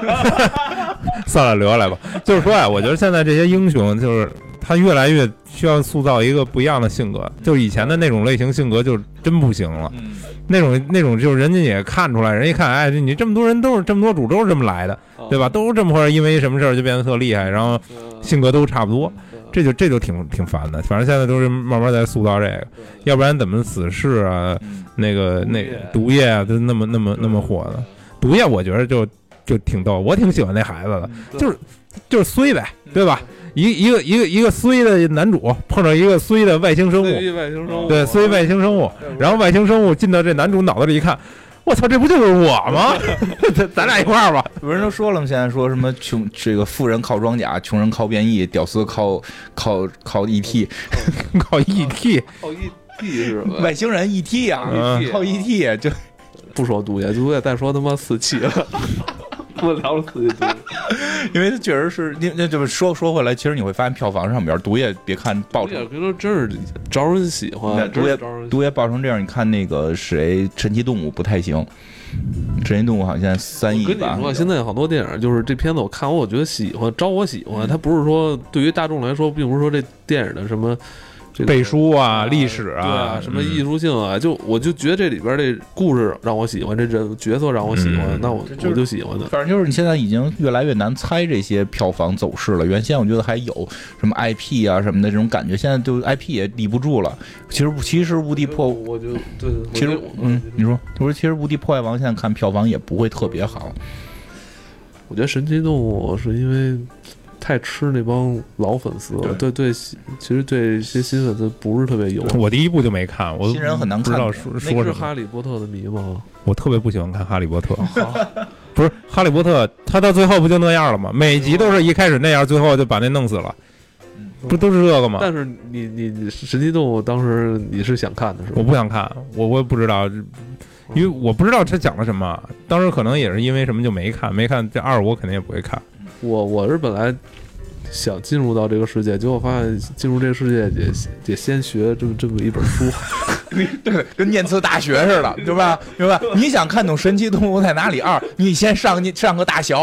Speaker 3: 算了，留下来吧。就是说呀、我觉得现在这些英雄，就是他越来越需要塑造一个不一样的性格，就是以前的那种类型性格就真不行了，
Speaker 2: 嗯，
Speaker 3: 那种那种就是人家也看出来，人一看，哎，你这么多人都是这么多主都是这么来的，
Speaker 1: 哦
Speaker 3: 对吧？都是这么回事，因为什么事儿就变得特厉害，然后
Speaker 1: 嗯？
Speaker 3: 性格都差不多，这就这就挺挺烦的。反正现在都是慢慢在塑造这个，要不然怎么死侍啊，
Speaker 2: 嗯
Speaker 3: 那个
Speaker 1: 毒
Speaker 3: 那
Speaker 1: 液嗯
Speaker 3: 毒液啊，都那么那么那么火的。毒液我觉得就就挺逗，我挺喜欢那孩子的，
Speaker 1: 对
Speaker 3: 就是就是衰呗，
Speaker 1: 嗯
Speaker 3: 对吧？一一个一个一个衰的男主碰到一个衰的外星生
Speaker 1: 对
Speaker 3: 物，
Speaker 1: 于外星生物，
Speaker 3: 对，衰外星生物，然后外星生物进到这男主脑袋里一看，我操，这不就是我
Speaker 1: [LAUGHS]
Speaker 3: 吗？咱咱俩一块儿吧。 [LAUGHS]
Speaker 2: 有人都说了嘛，现在说什么穷这个富人靠装甲，穷人靠变异，屌丝靠靠靠 E ET，
Speaker 3: 靠
Speaker 1: 啊
Speaker 3: ET，
Speaker 1: 靠 ET 是吧？
Speaker 2: 外星人 ET 啊，
Speaker 3: 嗯
Speaker 2: 靠 ET 就
Speaker 1: 不说毒液，毒液再说他妈四期了，我聊了四期毒液。
Speaker 2: 因为确实是，那那就是说说回来，其实你会发现票房上边毒液别看爆
Speaker 1: 毒液
Speaker 2: 成，
Speaker 1: 别说真是招人喜
Speaker 2: 那
Speaker 1: 欢，
Speaker 2: 毒
Speaker 1: 真
Speaker 2: 液
Speaker 1: 是招人喜欢。
Speaker 2: 毒液爆成这样，你看那个谁神奇动物不太行，神奇动物好像现在三亿
Speaker 1: 我跟
Speaker 2: 吧
Speaker 1: 你，说，现在好多电影就是这片子，我看完我觉得喜欢，招我喜欢。它不是说对于大众来说，并不是说这电影的什么这个
Speaker 3: 背书啊，嗯历史
Speaker 1: 对啊，什么艺
Speaker 3: 术，
Speaker 1: 术性啊，就我就觉得这里边这故事让我喜欢，这人角色让我喜欢，
Speaker 3: 嗯
Speaker 1: 那我
Speaker 2: 就是
Speaker 1: 我就喜欢的。
Speaker 2: 反正就是你现在已经越来越难猜这些票房走势了。原先我觉得还有什么 IP 啊什么的这种感觉，现在就 IP 也立不住了。其实其实无敌破
Speaker 1: 我就对，我
Speaker 2: 其实
Speaker 1: 就，
Speaker 2: 嗯，你说，我说其实《无敌破坏王》现在看票房也不会特别好，
Speaker 1: 我觉得神奇动物是因为太吃那帮老粉丝了，对对，其实对一些新粉丝不是特别友好。
Speaker 3: 嗯我第一部就没看，我
Speaker 2: 新人很难
Speaker 3: 不知
Speaker 2: 看
Speaker 3: 道
Speaker 2: 的
Speaker 1: 那
Speaker 3: 说
Speaker 1: 个
Speaker 3: 说
Speaker 1: 是
Speaker 3: 什么
Speaker 1: 哈。利波特的迷吗？
Speaker 3: 我特别不喜欢看《哈利波特》不是《哈利波特》，他到最后不就那样了吗？每集都是一开始那样，最后就把那弄死了
Speaker 2: 嗯。
Speaker 3: 不都是这个吗？
Speaker 1: 但是你你你神奇动物当时你是想看的是吧？
Speaker 3: 我不想看，我我也不知道，因为我不知道他讲了什么。当时可能也是因为什么就没看，没看这二我肯定也不会看。
Speaker 1: 我我是本来想进入到这个世界，结果发现进入这个世界也也先学这么这么一本 [LAUGHS] 书。
Speaker 2: [LAUGHS] 对，跟念次大学似的，对吧？对吧？你想看懂《神奇动物在哪里二》，你先上你上个大学，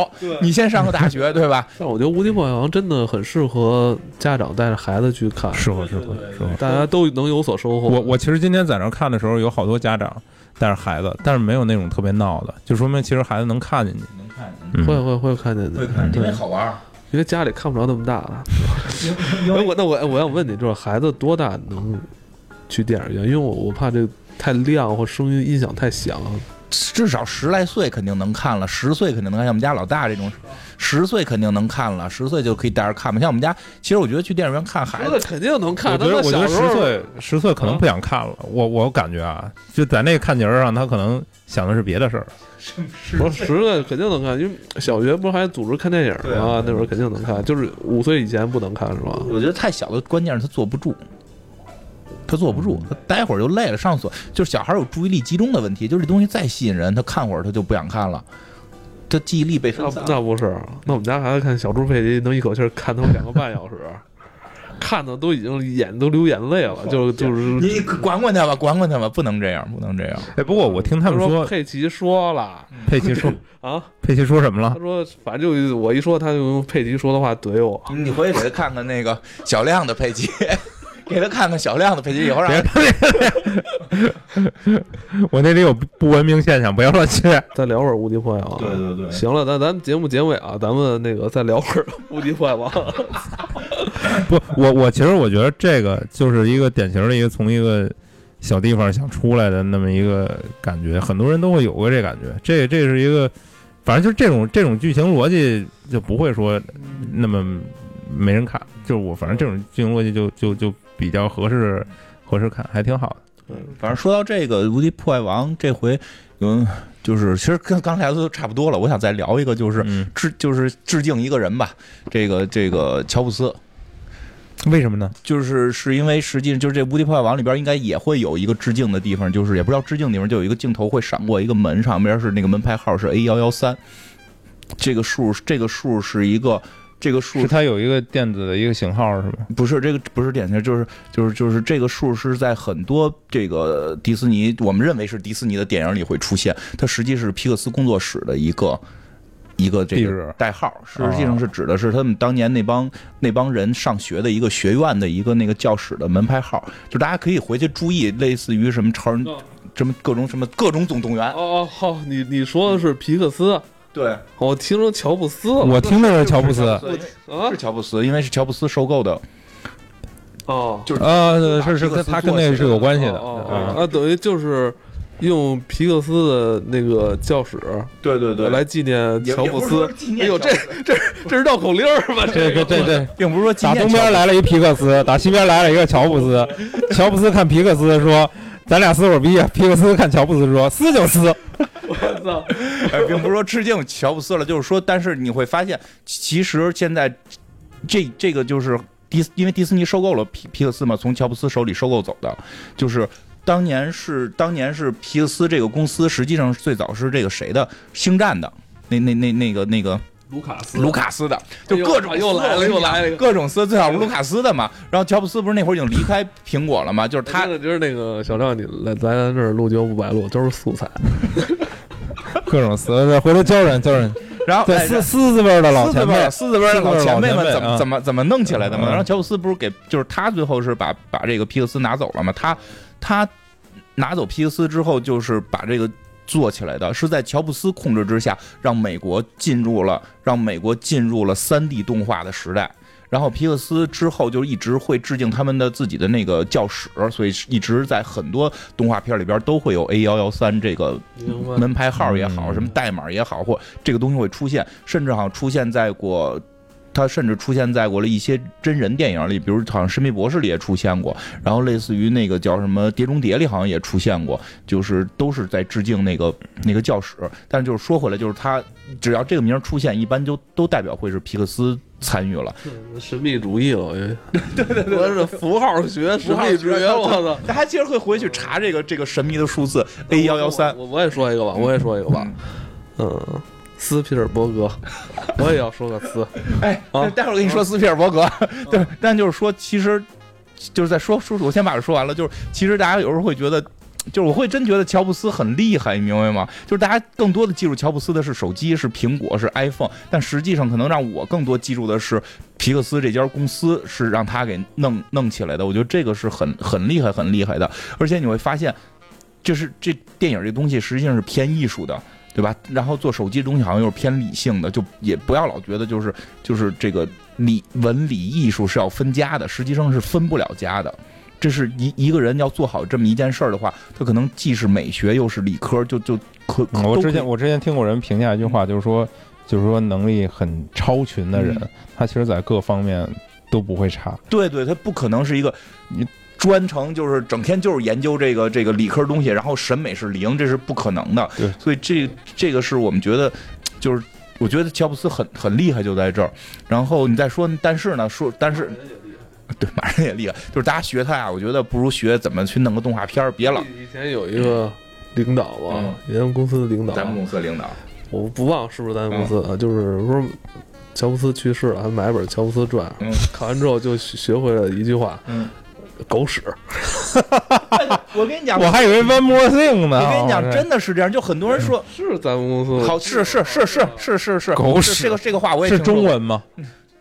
Speaker 2: 你先上个大学，对吧？
Speaker 1: 但我觉得《无敌破坏王》真的很适合家长带着孩子去看，
Speaker 3: 是会是会是会。
Speaker 1: 大家都能有所收获。
Speaker 3: 我我其实今天在那儿看的时候，有好多家长带着孩子，但是没有那种特别闹的，就说明其实孩子能看见你。
Speaker 2: 能看，
Speaker 3: 嗯
Speaker 1: 会会会看见的，
Speaker 2: 看，因为好玩。
Speaker 1: 因为家里看不着那么大的。
Speaker 2: 因
Speaker 1: 哎，我 [LAUGHS] 那我我想问你，就是孩子多大能去电影院？因为我我怕这个太亮或声音音响太响。
Speaker 2: 至少十来岁肯定能看了，十岁肯定能看。像我们家老大这种，十岁肯定能看了，十岁就可以带着看嘛。像我们家，其实我觉得去电影院看孩
Speaker 1: 孩
Speaker 2: 子
Speaker 1: 子，肯定能看，
Speaker 3: 我觉得
Speaker 1: 他
Speaker 3: 我觉
Speaker 1: 小
Speaker 3: 得
Speaker 1: 时
Speaker 3: 十
Speaker 1: 候嗯
Speaker 3: 岁十岁可能不想看了，我我感觉啊，就在那个看节儿上，他可能想的是别的事儿。
Speaker 1: 不是十岁肯定能看，因为小学不是还组织看电影
Speaker 2: 对
Speaker 1: 吗
Speaker 2: 啊？
Speaker 1: 那会儿肯定能看，就是五岁以前不能看是吧？
Speaker 2: 我觉得太小的，关键是他坐不住，他坐不住，他待会儿就累了，上厕所就是小孩有注意力集中的问题，就是这东西再吸引人，他看会儿他就不想看了，他记忆力被分
Speaker 1: 那
Speaker 2: 散。
Speaker 1: 那不是，那我们家孩子看《小猪佩奇》能一口气儿看他们两个半小时， [LAUGHS] 看的都已经眼都流眼泪了，就就是
Speaker 2: 你管管他吧，管管他吧，不能这样，不能这样。
Speaker 3: 哎，不过我听他
Speaker 1: 他
Speaker 3: 们
Speaker 1: 说
Speaker 3: 说，
Speaker 1: 佩奇说了
Speaker 3: 佩奇说，
Speaker 2: 嗯
Speaker 1: 啊，
Speaker 3: 佩奇说什么了 [LAUGHS]
Speaker 1: 他？说反正就我一说他就用佩奇说的话怼我，
Speaker 2: 你回去给他看看那个小亮的佩奇， [LAUGHS] 给他看看小亮的佩奇，以后让
Speaker 3: 别别别！我那里有不文明现象，不要乱去。
Speaker 1: 再聊会儿《无敌破坏王》。
Speaker 2: 对对
Speaker 1: 行了，那咱们节目结尾啊，咱们那个再聊会儿《无敌哦破坏
Speaker 2: [LAUGHS]
Speaker 1: 王》。
Speaker 3: 不，我我其实我觉得这个就是一个典型的一个从一个小地方想出来的那么一个感觉，很多人都会有过这感觉。这这是一个，反正就是这种这种剧情逻辑就不会说那么没人看。就是我反正这种剧情逻辑就就就比较合适合适看，还挺好的。
Speaker 2: 反正说到这个《无敌破坏王》，这回嗯，就是其实跟刚才都差不多了。我想再聊一个，就是
Speaker 3: 嗯，
Speaker 2: 致就是致敬一个人吧，这个这个乔布斯，
Speaker 3: 为什么呢？
Speaker 2: 就是是因为实际上就是这《无敌破坏王》里边应该也会有一个致敬的地方，就是也不知道致敬地方，就有一个镜头会闪过一个门，上面是那个门牌号是 A 幺幺三，这个数这个数是一个这个数
Speaker 3: 是它有一个电子的一个型号是吧？
Speaker 2: 不是这个不是典型，就是就是就是这个数是在很多这个迪士尼，我们认为是迪士尼的电影里会出现，它实际是皮克斯工作室的一个。一个这
Speaker 3: 地
Speaker 2: 个
Speaker 3: 址啊
Speaker 2: 代号，实际上是指的是他们当年那帮那帮人上学的一个学院的一个那个教室的门牌号，就大家可以回去注意，类似于什么超人
Speaker 1: 哦，
Speaker 2: 什么各种什么各种总动员，
Speaker 1: 哦哦，好，你你说的是皮克斯，
Speaker 2: 对，
Speaker 1: 我听成乔布斯了。
Speaker 3: 我听的是乔布斯，
Speaker 1: 啊
Speaker 2: 是乔布斯，因为是乔布斯收购的，
Speaker 1: 哦，
Speaker 2: 就是
Speaker 3: 呃，是是，它跟那个是有关系的。
Speaker 1: 哦
Speaker 3: 啊
Speaker 1: 哦哦啊，等于就是用皮克斯的那个教室
Speaker 2: 对对
Speaker 1: 来纪念
Speaker 2: 也
Speaker 1: 乔布斯
Speaker 2: 也不是说。纪念
Speaker 1: 哎呦，
Speaker 2: 乔
Speaker 1: 这
Speaker 2: 布
Speaker 1: 这这是绕口令儿吧？
Speaker 3: 这个这这
Speaker 2: 并不是说纪
Speaker 3: 打
Speaker 2: 念
Speaker 3: 东
Speaker 2: 乔布
Speaker 3: 边
Speaker 2: 斯
Speaker 3: 来了一皮克斯，打西边来了一个乔布斯。乔布斯看皮克斯说：“咱俩撕会儿逼。”皮克斯看乔布斯说：“撕就撕。
Speaker 1: 我操！
Speaker 2: 哎，并不是说致敬乔布斯了，就是说，但是你会发现，其实现在这这个就是迪，因为迪士尼收购了皮皮克斯嘛，从乔布斯手里收购走的，就是。当年是当年是皮克斯这个公司，实际上最早是这个谁的星战的，那那那那个那个
Speaker 1: 卢卡斯
Speaker 2: 卢卡斯的，就各种
Speaker 1: 哎呦又来了又来了
Speaker 2: 各种斯，最早是卢卡斯的嘛。然后乔布斯不是那会儿已经离开苹果了嘛，就是他
Speaker 1: 真的就是那个小张，你来来咱这儿录节目不白录，都是素材。”
Speaker 3: 各种撕，回头教人教人。
Speaker 2: 然后
Speaker 3: 对，
Speaker 2: 哎
Speaker 3: 撕撕字辈儿的老前辈，
Speaker 2: 四字辈儿的老前辈们怎
Speaker 3: 老前辈啊
Speaker 2: 么怎么怎么弄起来的嘛？
Speaker 3: 嗯
Speaker 2: 然后乔布斯不是给，就是他最后是把把这个皮克斯拿走了嘛？他他拿走皮克斯之后，就是把这个做起来的，是在乔布斯控制之下，让美国进入了让美国进入了三 D 动画的时代。然后皮克斯之后就一直会致敬他们的自己的那个教室，所以一直在很多动画片里边都会有 A 幺幺三这个
Speaker 1: 明白
Speaker 2: 门牌号也好，
Speaker 3: 嗯
Speaker 2: 什么代码也好，或这个东西会出现，甚至好像出现在过。它甚至出现在过了一些真人电影里，比如好像《神秘博士》里也出现过，然后类似于那个叫什么《碟中谍》里好像也出现过，就是都是在致敬那个那个教室。但是就是说回来，就是它只要这个名儿出现，一般就都代表会是皮克斯参与了。
Speaker 1: 嗯神秘主义了，我觉得 [LAUGHS] 对对对，我是符号学，神秘主义，我操！
Speaker 2: 大家其实会回去查这个这个神秘的数字 A 幺幺三
Speaker 1: 我我我也说一个吧，我也说一个吧，嗯，斯皮尔伯格，我也要说个斯，
Speaker 2: 哎，
Speaker 1: 啊
Speaker 2: 待会儿跟你说斯皮尔伯格， [LAUGHS] 对，但就是说，其实就是在说说，我先把这说完了。就是其实大家有时候会觉得，就是我会真觉得乔布斯很厉害，你明白吗？就是大家更多的记住乔布斯的是手机、是苹果、是 iPhone，但实际上可能让我更多记住的是皮克斯这家公司是让他给弄弄起来的。我觉得这个是很很厉害、很厉害的，而且你会发现，就是这电影这东西实际上是偏艺术的。对吧？然后做手机这东西好像又是偏理性的，就也不要老觉得就是就是这个理文理艺术是要分家的，实际上是分不了家的。这是一一个人要做好这么一件事儿的话，他可能既是美学又是理科，就就可可
Speaker 4: 嗯我
Speaker 2: 都
Speaker 4: 之前
Speaker 2: 可以
Speaker 4: 我之前听过人评价一句话，就是说，就是说能力很超群的人，
Speaker 2: 嗯
Speaker 4: 他其实在各方面都不会差。
Speaker 2: 对对，他不可能是一个你专程就是整天就是研究这个这个理科东西，然后审美是零，这是不可能的。
Speaker 4: 对
Speaker 2: 所以这这个是我们觉得就是。我觉得乔布斯很很厉害，就在这儿。然后你再说，但是呢，说但是对，马上也厉害，就是大家学他呀，我觉得不如学怎么去弄个动画片儿，别老
Speaker 1: 以前有一个领导嘛，咱们公司的领导，
Speaker 2: 咱们公司领导，
Speaker 1: 我不忘是不是咱们公司啊，就是说乔布斯去世了，还买本《乔布斯传》，
Speaker 2: 嗯
Speaker 1: 看完之后就学会了一句话：
Speaker 2: 嗯，
Speaker 1: 狗屎。
Speaker 2: 我跟你讲，
Speaker 4: 我还以为 one more thing 呢。
Speaker 2: 我跟你讲，
Speaker 3: 哦
Speaker 4: 我
Speaker 2: 真的是这样，就很多人说，
Speaker 1: 是咱们公司的
Speaker 2: 好是是是是是是是，
Speaker 4: 狗
Speaker 2: 是
Speaker 4: 屎
Speaker 2: 这个这个话我也
Speaker 4: 是
Speaker 2: 听说
Speaker 4: 中
Speaker 2: 过，
Speaker 4: 文吗？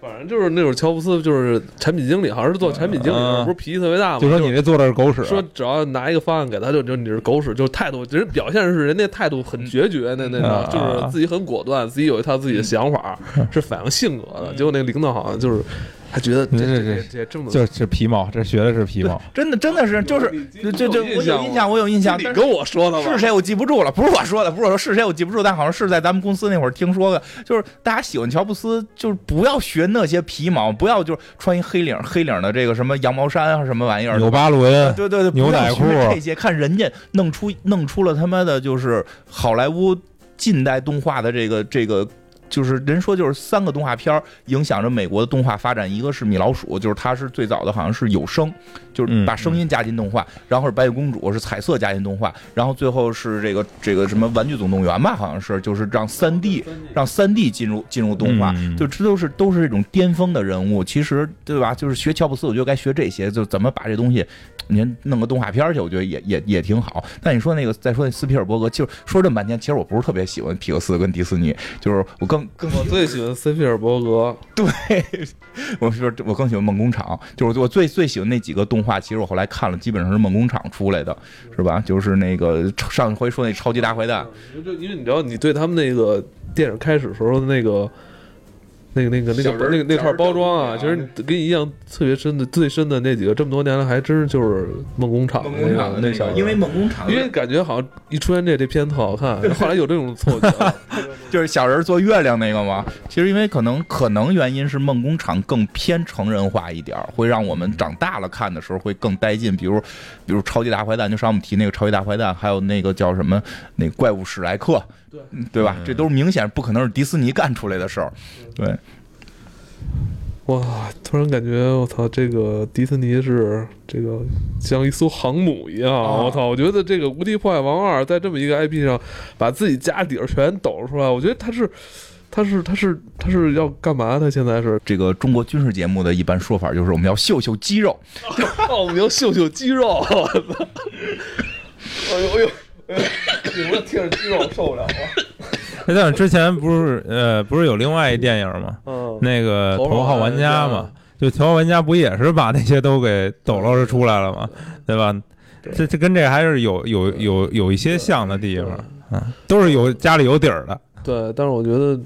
Speaker 1: 反正就是那会儿乔布斯就是产品经理，好像是做产品经理，
Speaker 4: 嗯
Speaker 1: 不是脾气特别大
Speaker 2: 啊
Speaker 1: 嘛，
Speaker 4: 就说你这做的是狗屎。
Speaker 1: 说只要拿一个方案给他，就就你是狗屎，就是态度，人表现是人家态度很决绝，那那
Speaker 4: 啊
Speaker 1: 种就是自己很果断，自己有一套自己的想法，是反映性格的。结果那领导好像就是还觉得这
Speaker 4: 这
Speaker 1: 这
Speaker 4: 这
Speaker 1: 这这这么
Speaker 4: 就是皮毛，这学的是皮毛。
Speaker 2: 真的真的是就是
Speaker 1: 有
Speaker 2: 就就就
Speaker 1: 有印
Speaker 2: 我有
Speaker 1: 象
Speaker 2: 印象，我有印象，
Speaker 1: 你
Speaker 2: 但是
Speaker 1: 跟我说的吧？
Speaker 2: 是谁我记不住了，不是我说的，不是我说是谁我记不住，但好像是在咱们公司那会儿听说的，就是大家喜欢乔布斯，就是不要学那些皮毛，不要就是穿一黑领黑领的这个什么羊毛衫啊什么玩意儿的，
Speaker 4: 纽巴伦，
Speaker 2: 对对对，
Speaker 4: 牛仔裤
Speaker 2: 不要学这些，看人家弄出弄出了他妈的，就是好莱坞近代动画的这个这个。就是人说，就是三个动画片儿影响着美国的动画发展，一个是米老鼠，就是它是最早的，好像是有声，就是
Speaker 4: 嗯
Speaker 2: 把声音加进动画；然后是白雪公主，是彩色加进动画；然后最后是这个这个什么玩具总动员吧，好像是就是让三 D 让三 D 进入进入动画，
Speaker 4: 嗯
Speaker 2: 就这都是都是这种巅峰的人物，其实对吧？就是学乔布斯，我觉得该学这些，就怎么把这东西，您弄个动画片儿去，我觉得也也也挺好。但你说那个，再说那斯皮尔伯格，就是说这么半天，其实我不是特别喜欢皮克斯跟迪斯尼，就是我更更 [LAUGHS]
Speaker 1: 我最喜欢斯皮尔伯格，
Speaker 2: 我说我更喜欢梦工厂，就是我最最喜欢那几个动画，其实我后来看了，基本上是梦工厂出来的，是吧？就是那个上回说那超级大坏蛋，
Speaker 1: 就因为你知道，你对他们那个电影开始时候的那个。那个、那个、那
Speaker 2: 小
Speaker 1: 个
Speaker 2: 人、
Speaker 1: 那个那
Speaker 2: 小
Speaker 1: 块
Speaker 2: 人
Speaker 1: 包装啊，
Speaker 2: 啊
Speaker 1: 其实给你印象特别深的、最深的那几个，这么多年来还真是就是梦工厂的那
Speaker 2: 哎
Speaker 1: 个那小人，
Speaker 2: 梦工厂
Speaker 1: 因为感觉好像一出现这这片子好看，后来有这种错觉。
Speaker 2: 就是小人儿做月亮那个吗？其实因为可能可能原因是梦工厂更偏成人化一点儿，会让我们长大了看的时候会更带劲。比如比如超级大坏蛋，就上我们提那个超级大坏蛋，还有那个叫什么那怪物史莱克，
Speaker 1: 对
Speaker 2: 嗯对吧？这都是明显不可能是迪斯尼干出来的事儿。对，
Speaker 1: [LAUGHS] 哇！突然感觉我操，这个迪士尼是这个像一艘航母一样。
Speaker 2: 啊
Speaker 1: 我操，我觉得这个《无敌破坏王二》在这么一个 IP 上，把自己家底儿全抖出来，我觉得他是，他是，他是，他是要干嘛？他现在是
Speaker 2: 这个中国军事节目的一般说法就是我们要秀秀肌肉，
Speaker 1: [LAUGHS] 哦，我们要秀秀肌肉。我操！哎呦哎呦！你们听着肌肉受不了啊了。
Speaker 3: 哎但是之前不是呃不是有另外一电影吗？
Speaker 1: 嗯，
Speaker 3: 那个《
Speaker 1: 头
Speaker 3: 头号
Speaker 1: 号玩
Speaker 3: 玩家》
Speaker 1: 家
Speaker 3: 嘛，就《头号玩家》不也是把那些都给抖搂着出来了吗？对吧？这这跟这个还是有有有有一些像的地方，嗯，都是有家里有底儿的。
Speaker 1: 对，但是我觉得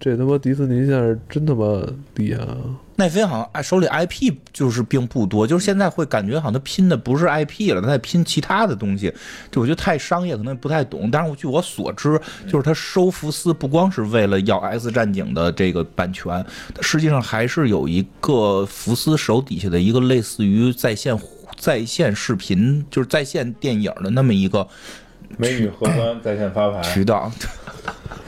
Speaker 1: 这他妈迪士尼现在是真他妈厉害啊！
Speaker 2: 奈飞好像哎手里 IP 就是并不多，就是现在会感觉好像他拼的不是 IP 了，他在拼其他的东西。就我觉得太商业，可能不太懂。但是据我所知，就是他收福斯不光是为了要《X 战警》的这个版权，它实际上还是有一个福斯手底下的一个类似于在线在线视频，就是在线电影的那么一个
Speaker 4: 美女荷官在线发牌
Speaker 2: 渠道。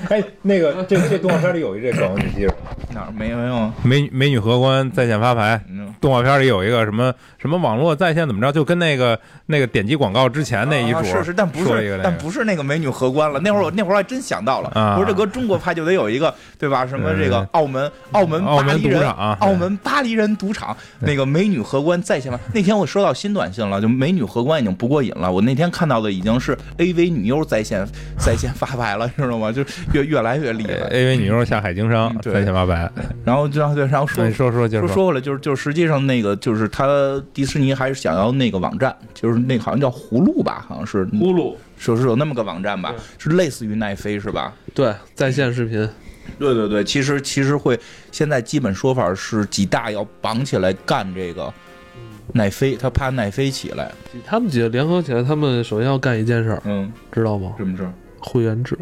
Speaker 4: 哎，那个这这动画片里有一这梗，你记着吗？
Speaker 2: 哪儿没有没有？
Speaker 3: 美美女荷官在线发牌。
Speaker 2: 嗯，
Speaker 3: 动画片里有一个什么什么网络在线怎么着，就跟那个那个点击广告之前那一
Speaker 2: 啊
Speaker 3: 主
Speaker 2: 是是，但不
Speaker 3: 说了一个
Speaker 2: 是
Speaker 3: 那
Speaker 2: 但
Speaker 3: 个
Speaker 2: 不是那个美女荷官了。那会儿我那会儿还真想到了，
Speaker 3: 啊
Speaker 2: 我说这搁中国拍就得有一个对吧？什么这个
Speaker 3: 嗯
Speaker 2: 澳门澳门
Speaker 3: 澳
Speaker 2: 巴
Speaker 3: 门
Speaker 2: 黎
Speaker 3: 赌
Speaker 2: 人
Speaker 3: 场啊，
Speaker 2: 澳门巴黎人赌场那个美女荷官在线吗？那天我收到新短信了，就美女荷官已经不过瘾了。我那天看到的已经是 AV 女优在线在线发牌了， [LAUGHS] 知道吗？就越越来越厉
Speaker 3: 呃
Speaker 2: 害。
Speaker 3: AV 女优下海经商
Speaker 2: 嗯，对
Speaker 3: 在线发牌。
Speaker 2: 然后就让对，然后说
Speaker 3: 你说说接着
Speaker 2: 说
Speaker 3: 说，
Speaker 2: 说回来，就是就是实际上那个就是他迪士尼还是想要那个网站，就是那个好像叫葫芦吧，好像是
Speaker 1: 呼噜，
Speaker 2: 是是有那么个网站吧，是类似于奈飞是吧？
Speaker 1: 对，在线视频，
Speaker 2: 对对对，其实其实会现在基本说法是几大要绑起来干这个奈飞，他怕奈飞起来，
Speaker 1: 他们几个联合起来，他们首先要干一件事儿，
Speaker 2: 嗯，
Speaker 1: 知道吗？
Speaker 2: 什么事儿？
Speaker 1: 会员 [LAUGHS] 制。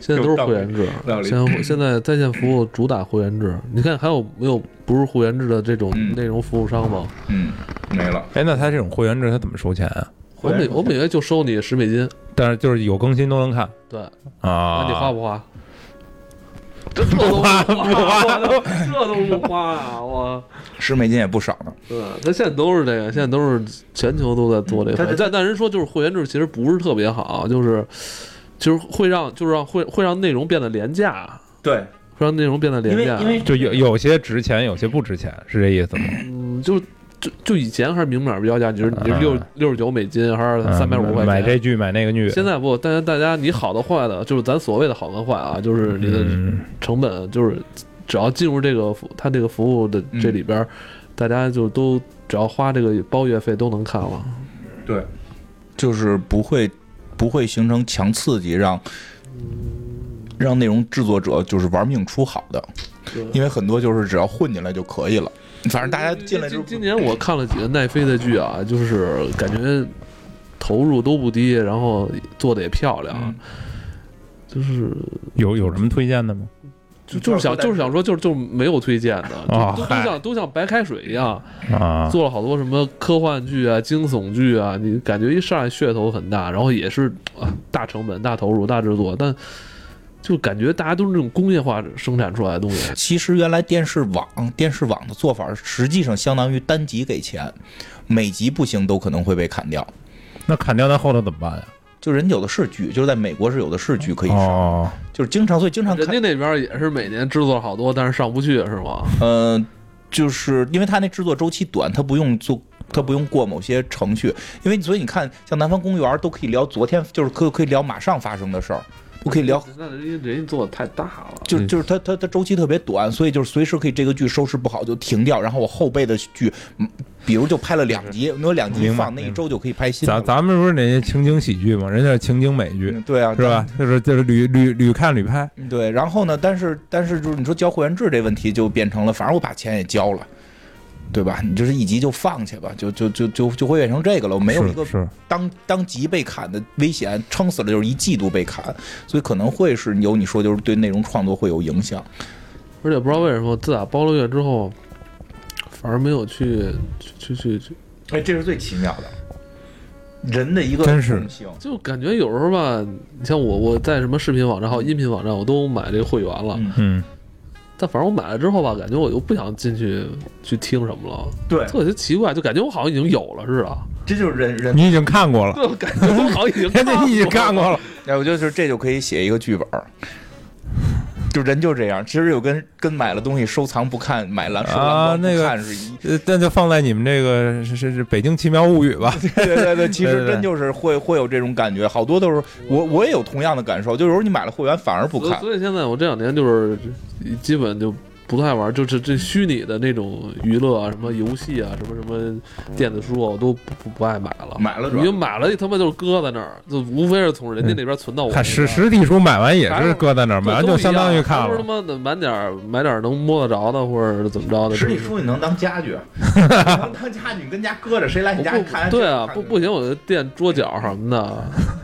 Speaker 1: 现在都
Speaker 2: 有
Speaker 1: 是
Speaker 2: 道理
Speaker 1: 会员制啊
Speaker 2: 道，
Speaker 1: [LAUGHS]
Speaker 2: 理
Speaker 1: 现在现在在线服务主打会员制。你看还有没有不是会员制的这种
Speaker 2: 嗯
Speaker 1: 内容服务商吗？
Speaker 2: 嗯，没了。
Speaker 3: 哎，那他这种会员制他怎么收钱啊？
Speaker 1: 我每我每月就收你十美金，
Speaker 3: 但是就是有更新都能看
Speaker 1: 对，
Speaker 3: 啊
Speaker 1: 那。你花不花？ [LAUGHS] 这这都不 [LAUGHS] 花，不花都这都不花啊！我，
Speaker 2: 十美金也不少呢。
Speaker 1: 对，他现在都是这个，现在都是全球都在做这
Speaker 2: 嗯
Speaker 1: 个
Speaker 2: 它。
Speaker 1: 但但人说就是会员制其实不是特别好，就是就是会让就是让会会让内容变得廉价，
Speaker 2: 对，
Speaker 1: 会让内容变得廉
Speaker 2: 因为
Speaker 1: 价。
Speaker 2: 因为
Speaker 3: 就有有些值钱，有些不值钱，是这意思吗？
Speaker 1: 嗯，就就就以前还是明码标价，你是你是
Speaker 3: 嗯
Speaker 1: 六六十九美金还是
Speaker 3: 嗯
Speaker 1: 三百五块
Speaker 3: 买
Speaker 1: 钱？
Speaker 3: 这剧买那个剧，
Speaker 1: 现在不，但是大家你好的坏的，就是咱所谓的好跟坏啊，就是你的
Speaker 3: 嗯
Speaker 1: 成本，就是只要进入这个服，它这个服务的
Speaker 3: 嗯
Speaker 1: 这里边儿，大家就都只要花这个包月费都能看了。
Speaker 2: 对，就是不会不会形成强刺激，让让内容制作者就是玩命出好的
Speaker 1: 对，
Speaker 2: 因为很多就是只要混进来就可以了，反正大家进来之
Speaker 1: 今
Speaker 2: 后
Speaker 1: 今年我看了几个奈飞的剧啊，就是感觉投入都不低，然后做的也漂亮，
Speaker 2: 嗯
Speaker 1: 就是
Speaker 3: 有有什么推荐的
Speaker 2: 嗯
Speaker 3: 吗？
Speaker 1: 就就是想就是想说就是就是没有推荐的，
Speaker 3: 哦
Speaker 1: 就都都
Speaker 3: 嗨
Speaker 1: 像都像白开水一样，
Speaker 3: 啊，
Speaker 1: 做了好多什么科幻剧啊、惊悚剧啊，你感觉一上来噱头很大，然后也是啊大成本、大投入、大制作，但就感觉大家都是那种工业化生产出来的东西。
Speaker 2: 其实原来电视网电视网的做法，实际上相当于单集给钱，每集不行都可能会被砍掉。
Speaker 3: 那砍掉那后头怎么办呀？
Speaker 2: 就人有的是剧，就是在美国是有的是剧可以上，
Speaker 3: 哦，
Speaker 2: 就是经常所以经常
Speaker 1: 人
Speaker 2: 看
Speaker 1: 家，那边也是每年制作好多，但是上不去是吗？
Speaker 2: 呃，就是因为它那制作周期短，它不用做。它不用过某些程序，因为所以你看，像《南方公园》都可以聊昨天，就是可可以聊马上发生的事儿，都可以聊，
Speaker 1: 哦那人家人家做的太大了，
Speaker 2: 就
Speaker 3: 嗯
Speaker 2: 就是它它它周期特别短，所以就是随时可以这个剧收视不好就停掉，然后我后备的剧，嗯比如就拍了两集，那我两集
Speaker 3: 明白
Speaker 2: 放那一
Speaker 3: 明白
Speaker 2: 周就可以拍新的
Speaker 3: 咱
Speaker 2: 了。
Speaker 3: 咱们不是那些情景喜剧吗？人家是情景美剧
Speaker 2: 嗯对啊，
Speaker 3: 是吧？就是就是屡屡屡看屡拍，
Speaker 2: 嗯对，然后呢？但是但是就是你说交会员制这问题就变成了，反正我把钱也交了，对吧？你就是一集就放去吧，就就就就就会变成这个了。没有一个
Speaker 3: 是是
Speaker 2: 当当集被砍的危险，撑死了就是一季度被砍，所以可能会是有你说就是对内容创作会有影响。
Speaker 1: 而且不知道为什么，自打包了月之后，反而没有去去去去去
Speaker 2: 哎，这是最奇妙的，人的一个
Speaker 3: 真是
Speaker 2: 共性
Speaker 1: 就感觉有时候吧，你像我，我在什么视频网站还有音频网站，我都买这个会员了。
Speaker 2: 嗯
Speaker 3: 嗯，
Speaker 1: 但反正我买了之后吧，感觉我又不想进去去听什么了，
Speaker 2: 对，
Speaker 1: 特别奇怪，就感觉我好像已经有了似的。
Speaker 2: 这就是人人
Speaker 3: 你已经看过
Speaker 2: [LAUGHS]
Speaker 3: 了，
Speaker 1: 对， [LAUGHS] 我感觉我好像已经
Speaker 3: 人家你已经
Speaker 1: 看
Speaker 3: 看过了，
Speaker 2: 哎，我觉得就是这就可以写一个剧本儿，就人就这样。其实有跟跟买了东西收藏不看，买蓝收
Speaker 3: 啊
Speaker 2: 蓝光
Speaker 3: 那
Speaker 2: 不
Speaker 3: 个
Speaker 2: 看是一。
Speaker 3: 呃，那就放在你们这个是是是北京奇妙物语吧，
Speaker 2: [LAUGHS] 对对
Speaker 3: [LAUGHS]
Speaker 2: 对对，其
Speaker 3: 对对
Speaker 2: 实
Speaker 3: 对
Speaker 2: 真就是会会有这种感觉，好多都是我我也有同样的感受，就有时候你买了会员反而不看。
Speaker 1: 呃所以现在我这两年就是基本就不太玩，就是这虚拟的那种娱乐啊，什么游戏啊，什么什么电子书啊，我都不不不爱买了。
Speaker 2: 买了主
Speaker 1: 因
Speaker 2: 要
Speaker 1: 为买了，他妈就是搁在那儿，就无非是从人家那边存到我这
Speaker 3: 嗯看
Speaker 1: 边。
Speaker 3: 实实体书买完也是搁在那儿，
Speaker 1: 对
Speaker 3: 买完
Speaker 1: 都
Speaker 3: 就
Speaker 1: 一样
Speaker 3: 相当于看
Speaker 1: 还不
Speaker 3: 了
Speaker 1: 是他。妈的买点儿买点儿能摸得着的，或者是怎么着的。
Speaker 2: 实体
Speaker 1: 就是
Speaker 2: 书你能当家 [LAUGHS] 具，啊你能当家具，你跟家搁着，谁来你
Speaker 1: 不
Speaker 2: 家
Speaker 1: 不
Speaker 2: 看？
Speaker 1: 对啊，
Speaker 2: 看
Speaker 1: 不不行，我就垫桌角什么的，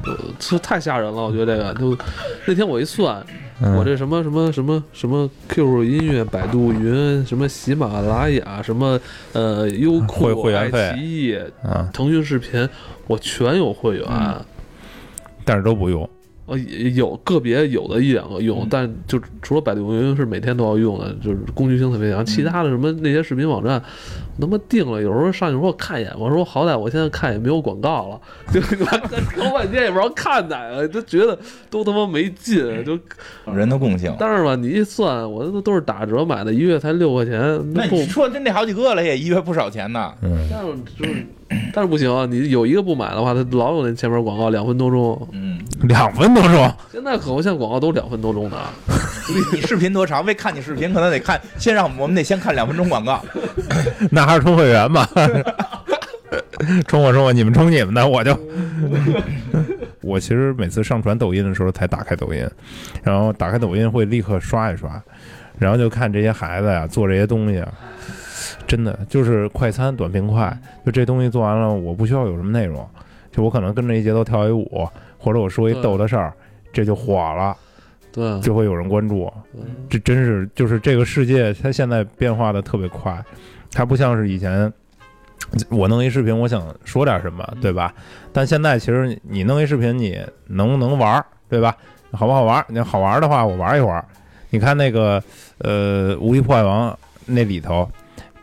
Speaker 1: 呃这太吓人了。我觉得这个就那天我一算，
Speaker 3: 嗯
Speaker 1: 我这什么什么什么什么 QQ 音乐、百度云、什么喜马拉雅、什么呃优
Speaker 3: 会
Speaker 1: 酷、
Speaker 3: 会员费
Speaker 1: 爱奇艺、
Speaker 3: 啊，
Speaker 1: 腾讯视频，我全有会员。
Speaker 2: 嗯
Speaker 1: 啊，
Speaker 3: 但是都不用，
Speaker 1: 呃，也有个别有的一两个
Speaker 2: 嗯
Speaker 1: 用，但就除了百度云是每天都要用的，就是工具性特别强。
Speaker 2: 嗯
Speaker 1: 其他的什么那些视频网站，他妈定了，有时候上去说我看一眼，我说好歹我现在看也没有广告了，就他妈搞半天也不知道看哪个，就觉得都他妈没
Speaker 2: 嗯
Speaker 1: 劲。就
Speaker 2: 人的共性。
Speaker 1: 但是吧，你一算，我都都是打折买的，一月才六块钱，
Speaker 2: 那
Speaker 1: 不
Speaker 2: 你说真得好几个了，也一月不少钱 [LAUGHS] 呢。
Speaker 4: 嗯，
Speaker 1: 但是就是，但是不行啊！你有一个不买的话，它老有那前面广告两分多钟。
Speaker 2: 嗯，
Speaker 3: 两分多钟，
Speaker 1: 现在可不像广告都两分多钟的啊，
Speaker 2: 你你视频多长？为看你视频，可能得看，先让我们得先看两分钟广告。
Speaker 3: [LAUGHS] 那还是充会员吧。充我充我，你们充你们的，我就。我其实每次上传抖音的时候才打开抖音，然后打开抖音会立刻刷一刷，然后就看这些孩子呀、做这些东西啊，真的就是快餐短平快，就这东西做完了，我不需要有什么内容，就我可能跟着一节奏跳一舞，或者我说一
Speaker 1: 对
Speaker 3: 逗的事儿，这就火了，
Speaker 1: 对啊，
Speaker 3: 就会有人关注。
Speaker 1: 嗯
Speaker 3: 这真是就是这个世界，它现在变化的特别快，它不像是以前。我弄一视频，我想说点什么，对吧？但现在其实你弄一视频，你能不能玩儿，对吧？好不好玩儿？你好玩儿的话，我玩一会儿。你看那个呃《无敌破坏王》那里头，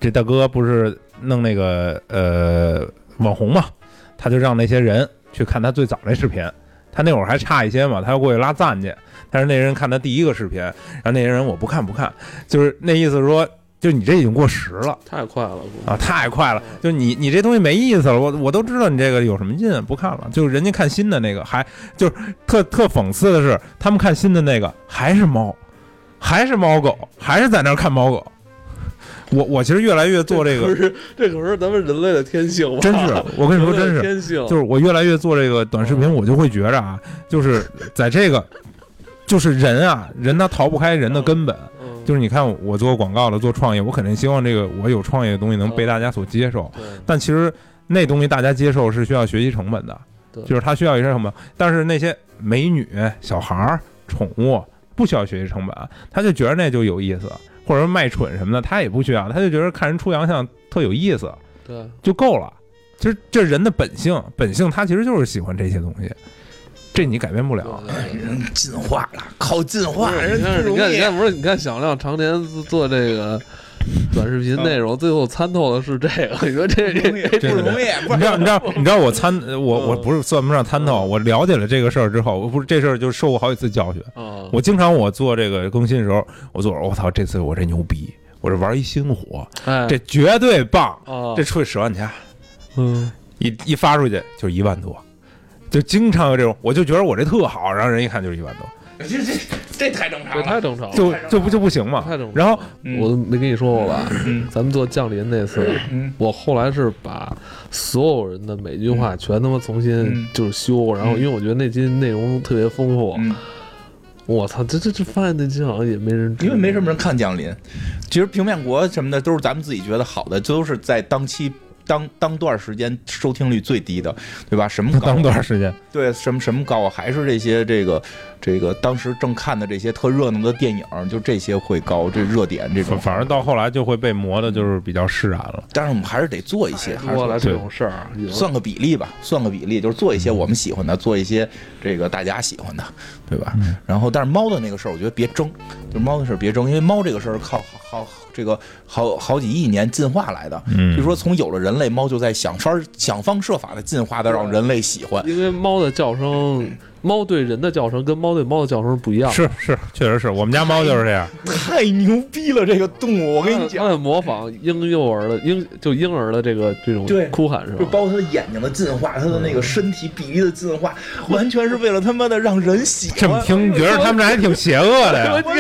Speaker 3: 这大哥不是弄那个呃网红嘛，他就让那些人去看他最早那视频，他那会儿还差一些嘛，他要过去拉赞去。但是那人看他第一个视频，然后那些人我不看不看，就是那意思说，就你这已经过时了
Speaker 1: 太快了，
Speaker 3: 啊，太快了，就你你这东西没意思了，我我都知道你这个有什么劲，不看了。就是人家看新的那个，还就是特特讽刺的是，他们看新的那个还是猫，还是猫狗，还是在那儿看猫狗。我我其实越来越 [LAUGHS] 做这
Speaker 1: 可 [LAUGHS]
Speaker 3: 个，
Speaker 1: 是这可是咱们人类的天性吧？
Speaker 3: 真
Speaker 1: [LAUGHS]
Speaker 3: 是我跟你说真
Speaker 1: 人类的
Speaker 3: 是，
Speaker 1: 天性，
Speaker 3: 就是我越来越做这个短视频，我就会觉着啊，就是在这个，就是人啊，人他逃不开人的根本。
Speaker 1: 嗯
Speaker 3: 就是你看我做广告了，做创业，我肯定希望这个我有创业的东西能被大家所接受。
Speaker 1: 对
Speaker 3: 但其实那东西大家接受是需要学习成本的
Speaker 1: 对，
Speaker 3: 就是它需要一些什么。但是那些美女、小孩儿、宠物不需要学习成本，他就觉得那就有意思，或者说卖蠢什么的，他也不需要，他就觉得看人出洋相特有意思。
Speaker 1: 对，
Speaker 3: 就够了。其实这人的本性，本性他其实就是喜欢这些东西，这你改变不了。
Speaker 1: 对
Speaker 2: 人进化了，靠进化，
Speaker 1: 不是
Speaker 2: 人
Speaker 1: 你
Speaker 2: 不
Speaker 1: 看，你
Speaker 2: 容
Speaker 1: 看，你
Speaker 2: 易。啊
Speaker 1: 看，不是，你看，小亮常年做这个短视频
Speaker 3: 啊
Speaker 1: 内容，最后参透的是这个。你说这
Speaker 2: 不容易不容易，不
Speaker 3: 你
Speaker 2: 是
Speaker 3: 知道，你知道，你知道我参我我
Speaker 1: 嗯
Speaker 3: 不是算不上参透，我了解了这个事儿之后，我不是这事儿就受过好几次教训。
Speaker 1: 啊，
Speaker 3: 我经常我做这个更新的时候，我做我操，这次我这牛逼，我这玩一新火，
Speaker 1: 哎，
Speaker 3: 这绝对棒，
Speaker 1: 啊，
Speaker 3: 这出去十万加，
Speaker 1: 嗯，
Speaker 3: 一一发出去就是一万多，就经常有这种，我就觉得我这特好，然后人一看就是一万多，
Speaker 2: 这这这太正常
Speaker 1: 这哦
Speaker 2: 了。
Speaker 1: 太正常了，
Speaker 3: 就就不就不行嘛
Speaker 1: 太正常。了。
Speaker 3: 然后 [LAUGHS]
Speaker 2: 嗯
Speaker 1: 我都没跟你说过吧？
Speaker 2: 嗯
Speaker 1: 咱们做降临那次，
Speaker 2: 嗯
Speaker 1: 我后来是把所有人的每句
Speaker 3: 嗯
Speaker 1: 话全他妈重新
Speaker 2: 嗯
Speaker 1: 就是修，然后因为我觉得那期内容特别丰富，
Speaker 2: 嗯，
Speaker 1: 我操，这这这发现那期好像也没人知，
Speaker 2: 因为没什么人看降临，其实平面国什么的都是咱们自己觉得好的，都是在当期。当当段时间收听率最低的，对吧？
Speaker 3: [LAUGHS]
Speaker 2: 什么高
Speaker 3: 当多长时间？
Speaker 2: 对，什么什么高啊，还是这些这个这个当时正看的这些特热闹的电影，就这些会高，这热点这种
Speaker 3: 反。反正到后来就会被磨的，就是比较释然了。
Speaker 2: 但是我们还是得做一些，还是
Speaker 1: 多了
Speaker 2: 得
Speaker 1: 这种事儿，有
Speaker 2: 算个比例吧，算个比例，就是做一
Speaker 3: 嗯
Speaker 2: 些我们喜欢的，做一些这个大家喜欢的，对吧？
Speaker 3: 嗯
Speaker 2: 然后，但是猫的那个事儿，我觉得别争，就是猫的事儿别争，因为猫这个事儿靠好好这个好好几亿年进化来的。
Speaker 3: 嗯
Speaker 2: 就说从有了人类，猫就在想法想方设法的进化的让人类喜欢。
Speaker 1: 因为猫的叫声，猫对人的叫声跟猫对猫的叫声不一样，
Speaker 3: 是是，确实是我们家猫就是这样。
Speaker 2: [LAUGHS] 太牛逼了，这个动物，我跟
Speaker 3: 嗯
Speaker 2: 你
Speaker 1: 它
Speaker 2: 讲，
Speaker 1: 在模仿婴幼儿的婴就婴儿的这个这种
Speaker 2: 对
Speaker 1: 哭喊是
Speaker 2: 就
Speaker 1: 吧？
Speaker 2: 包括它的眼睛的进化，它的那个身体比例的进化，完全是为了他妈的让人喜欢。
Speaker 3: 这么听觉得他们这还挺邪恶
Speaker 2: 啊
Speaker 3: 的呀？
Speaker 1: 我听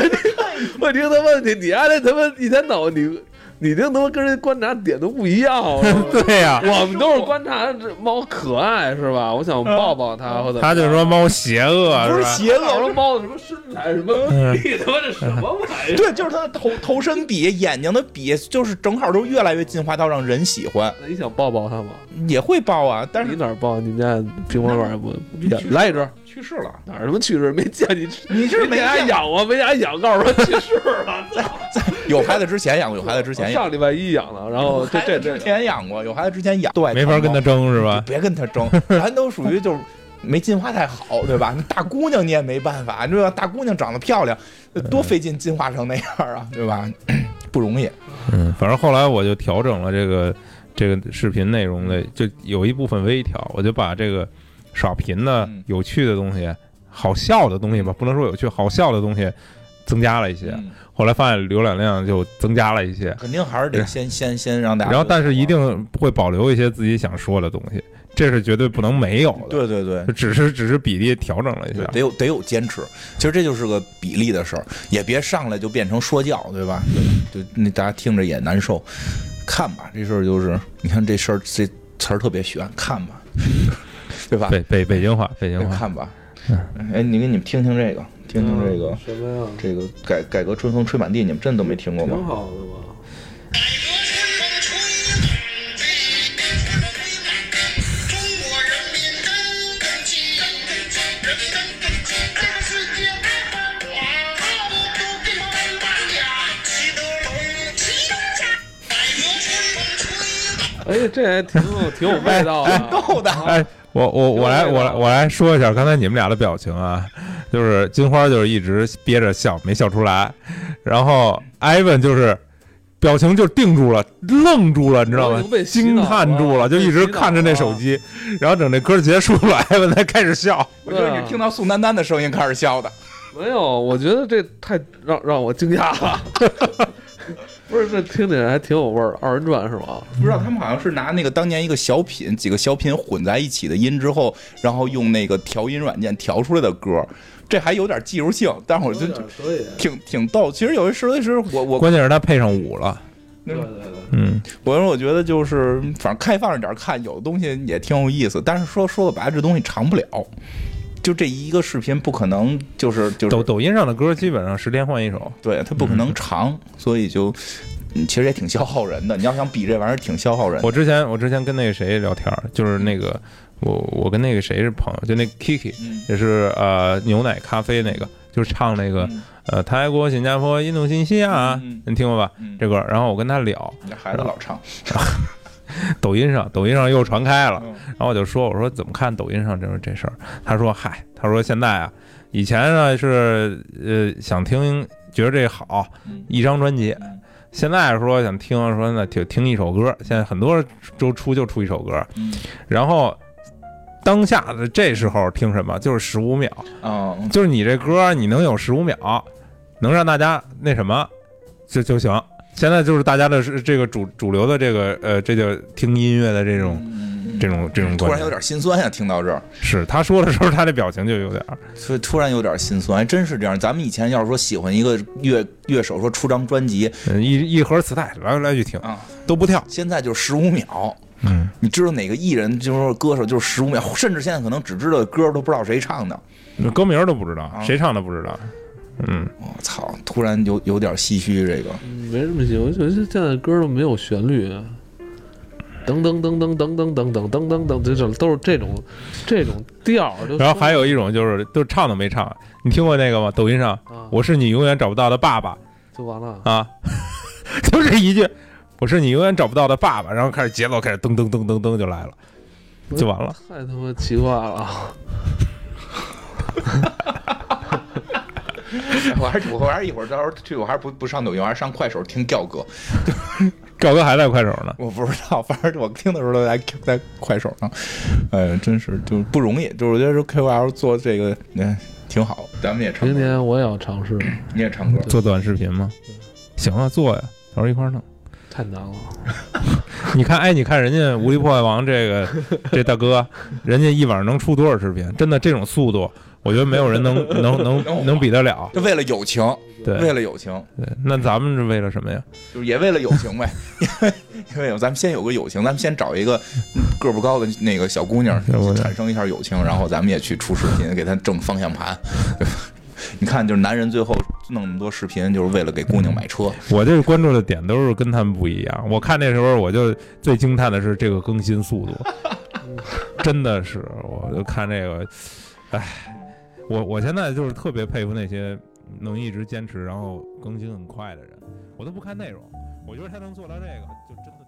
Speaker 1: 我听他妈你你丫这他妈一天到晚你你这他妈跟人观察点都不一样，我说
Speaker 2: [LAUGHS]
Speaker 3: [LAUGHS] 对呀、
Speaker 1: 我们都是观察这猫可爱是吧？我想抱抱
Speaker 2: 嗯
Speaker 1: 它或者
Speaker 3: 他就说猫邪恶
Speaker 2: 不
Speaker 3: 啊是
Speaker 2: 是
Speaker 3: 吧？
Speaker 2: 邪
Speaker 1: 老
Speaker 2: 恶
Speaker 1: 说，猫的什么身材什么
Speaker 3: 嗯
Speaker 1: 你他妈这什么玩意儿？
Speaker 2: [LAUGHS] 对，就是它的头头身比、眼睛的比，就是正好都越来越进化到让人喜欢，
Speaker 1: 那你想抱抱它吗？
Speaker 2: 也会抱啊，但
Speaker 1: 你
Speaker 2: 是
Speaker 1: 哪儿抱？你们家乒乓馆也不也来一只？
Speaker 2: 去世了。
Speaker 1: 哪儿他妈去世？没见你， [LAUGHS]
Speaker 2: 你哎这是没
Speaker 1: 没家
Speaker 2: 见
Speaker 1: 养啊，没家养，告诉我去世了。
Speaker 2: 有孩子之前养过，有孩子之 [LAUGHS] 前养，哦
Speaker 1: 上礼拜一养的，然后这这
Speaker 2: [LAUGHS] 有孩子之
Speaker 1: 这
Speaker 2: 前养过，有孩子之前养，对，
Speaker 3: 没法跟他
Speaker 2: 他
Speaker 3: 啊争是吧？
Speaker 2: 别跟他争，咱都属于就是没进化太好，对吧？那大姑娘你也没办法，对吧？大姑娘长得漂亮，
Speaker 3: 嗯
Speaker 2: 多费劲进化成那样啊，对吧？ [COUGHS] 不容易。
Speaker 5: 嗯，
Speaker 3: 反正后来我就调整了这个这个视频内容的，就有一部分微调，我就把这个耍贫的
Speaker 2: 嗯
Speaker 3: 有趣的东西、好笑的东西吧，不能说有趣，好笑的东西增加了一些。
Speaker 2: 嗯
Speaker 3: 后来发现浏览量就增加了一些，
Speaker 2: 肯定还是得先先先让大家。
Speaker 3: 然后但是一定会保留一些自己想说的东西，这是绝对不能没有的。
Speaker 2: 对对对，
Speaker 3: 只是只是比例调整了一
Speaker 2: 对，啊
Speaker 3: 下
Speaker 2: 得。有得有坚持。其实这就是个比例的事儿，也别上来就变成说教，对吧？对，对那大家听着也难受。看吧，这事儿就是，你看这事儿这词儿特别悬，看吧， [LAUGHS] 对
Speaker 1: 啊
Speaker 2: 吧？
Speaker 3: 北北北京话，北京话。
Speaker 2: 看吧。哎，你给你们听听这个，听听这个，
Speaker 1: 什么呀？
Speaker 2: 这个改改革春风吹满地，你们真都没听过
Speaker 1: 挺
Speaker 2: 吗？
Speaker 1: 好的嘛。哎，这还挺有挺有味道的。
Speaker 2: 够的，
Speaker 3: 哎，我我我来我来我来说一下刚才你们俩的表情啊，就是金花就是一直憋着笑没笑出来，然后艾文就是表情就定住了，愣住了，你知道
Speaker 1: 我已
Speaker 3: 吗
Speaker 1: 经被？洗
Speaker 3: 惊
Speaker 1: 脑
Speaker 3: 叹
Speaker 1: 了
Speaker 3: 住了，就
Speaker 1: 被
Speaker 3: 一直
Speaker 1: 洗脑
Speaker 3: 看着那
Speaker 1: 了
Speaker 3: 手机，然后等这歌结束了，艾文才开始笑。
Speaker 2: 我觉得你听到宋丹丹的声音开始笑的。
Speaker 1: 没有，我觉得这太让让我惊讶了。
Speaker 2: [LAUGHS]
Speaker 1: 不是，这听起来还挺有味儿的，二人转是吗？
Speaker 2: 不知道他们好像是拿那个当年一个小品，几个小品混在一起的音之后，然后用那个调音软件调出来的歌，这还有点技术性，但是我觉得
Speaker 1: 可以。
Speaker 2: 挺挺逗。其实有些时候是我我
Speaker 3: 关键是他配上舞了，
Speaker 1: 对对对。
Speaker 3: 嗯，
Speaker 2: 我我觉得就是反正开放着点看，有的东西也挺有意思，但是说说白了，这东西长不了。就这一个视频不可能就是就是
Speaker 3: 抖抖音上的歌基本上十天换一首，
Speaker 2: 对，它不可能长，所以就嗯其实也挺消耗人的。你要想比这玩意儿，挺消耗人的。
Speaker 3: 我之前我之前跟那个谁聊天儿，就是那个我我跟那个谁是朋友，就那 Kiki
Speaker 2: 嗯
Speaker 3: 也是呃牛奶咖啡那个，就是唱那个、
Speaker 2: 嗯
Speaker 3: 呃泰国、新加坡、印度、新西亚，啊
Speaker 2: 嗯嗯
Speaker 3: 你听过吧？
Speaker 2: 嗯
Speaker 3: 这歌、然后我跟他聊，
Speaker 2: 你这孩子老唱，
Speaker 3: 抖音上抖音上又传开了，
Speaker 2: 嗯
Speaker 3: 然后我就说我说怎么看抖音上这这事儿？他说嗨，他说现在啊，以前呢是呃想听觉得这好
Speaker 2: 嗯
Speaker 3: 一张专辑，
Speaker 2: 嗯
Speaker 3: 现在说想听说呢就听一首歌，现在很多都出就出一首歌，
Speaker 2: 嗯
Speaker 3: 然后当下的这时候听什么，就是十五秒，
Speaker 2: 哦
Speaker 3: 就是你这歌你能有十五秒，能让大家那什么就就行。现在就是大家的是这个主主流的这个呃，这就听音乐的这种
Speaker 2: 嗯
Speaker 3: 这种这种
Speaker 2: 突
Speaker 3: 观
Speaker 2: 然有
Speaker 3: 点。
Speaker 2: 点心酸呀、听到这儿，
Speaker 3: 是他说的时候，他这表情就有点儿
Speaker 2: 所以突然有点心酸，还真是这样。咱们以前要是说喜欢一个乐乐手，说出张专辑
Speaker 3: 嗯一一盒磁带来来去听
Speaker 2: 啊，
Speaker 3: 都不跳。
Speaker 2: 现在就十五秒。
Speaker 3: 嗯，
Speaker 2: 你知道哪个艺人就是说歌手就是十五秒，甚至现在可能只知道歌都不知道谁唱的。
Speaker 3: 歌名儿都不知
Speaker 2: 哦
Speaker 3: 道，谁唱的不知道。嗯，
Speaker 2: 我、操！突然有有点唏嘘，这个
Speaker 1: 没什么戏，我觉得现在歌都没有旋律、啊，噔噔噔噔噔噔噔噔噔噔噔，这种都是这种这种调儿。就
Speaker 3: 然后还有一种就是都唱都没唱，你听过那个吗？抖音上
Speaker 1: 啊，
Speaker 3: 我是你永远找不到的爸爸。
Speaker 1: 就完了。
Speaker 3: 啊， [LAUGHS] 就这一句，我是你永远找不到的爸爸，然后开始节奏开始噔噔噔噔噔就来了，就完了。
Speaker 1: 太他妈奇怪了！
Speaker 2: [LAUGHS] 我还是我还是一会儿到时候去，我还是不不上抖音，我还是上快手听调歌。
Speaker 3: 赵哥还在快手呢，
Speaker 2: 我不知道，反正我听的时候都在在快手上，哎呀，真是就不容易。就是我觉得说 KOL 做这个，嗯，挺好，咱们也唱
Speaker 1: 明
Speaker 2: 歌，
Speaker 1: 年我也要尝试，
Speaker 2: 你也唱歌，
Speaker 3: 做短视频吗？行啊，做呀，到时候一块儿弄。
Speaker 1: 太难了。
Speaker 3: 你看，哎，你看人家无敌破坏王这个这大哥，人家一晚上能出多少视频？真的这种速度，我觉得没有人能能能能比得了。
Speaker 2: 就为了友情，为
Speaker 3: 对
Speaker 2: 了友情，
Speaker 3: 对，那咱们是为了什么呀？
Speaker 2: 就是也为了友情呗。 [LAUGHS] 因为因为咱们先有个友情，咱们先找一个个儿不高的那个小姑娘
Speaker 3: 小姑，娘
Speaker 2: 产生一下友情，然后咱们也去出视频，给她挣方向盘。 [LAUGHS] 你看，就是男人最后弄那么多视频，就是为了给姑娘买车。
Speaker 3: 我这关注的点都是跟他们不一样。我看那时候我就最惊叹的是这个更新速度， [LAUGHS] 真的是，我就看这个，哎，我我现在就是特别佩服那些能一直坚持，然后更新很快的人。我都不看内容，我觉得他能做到这个，就真的。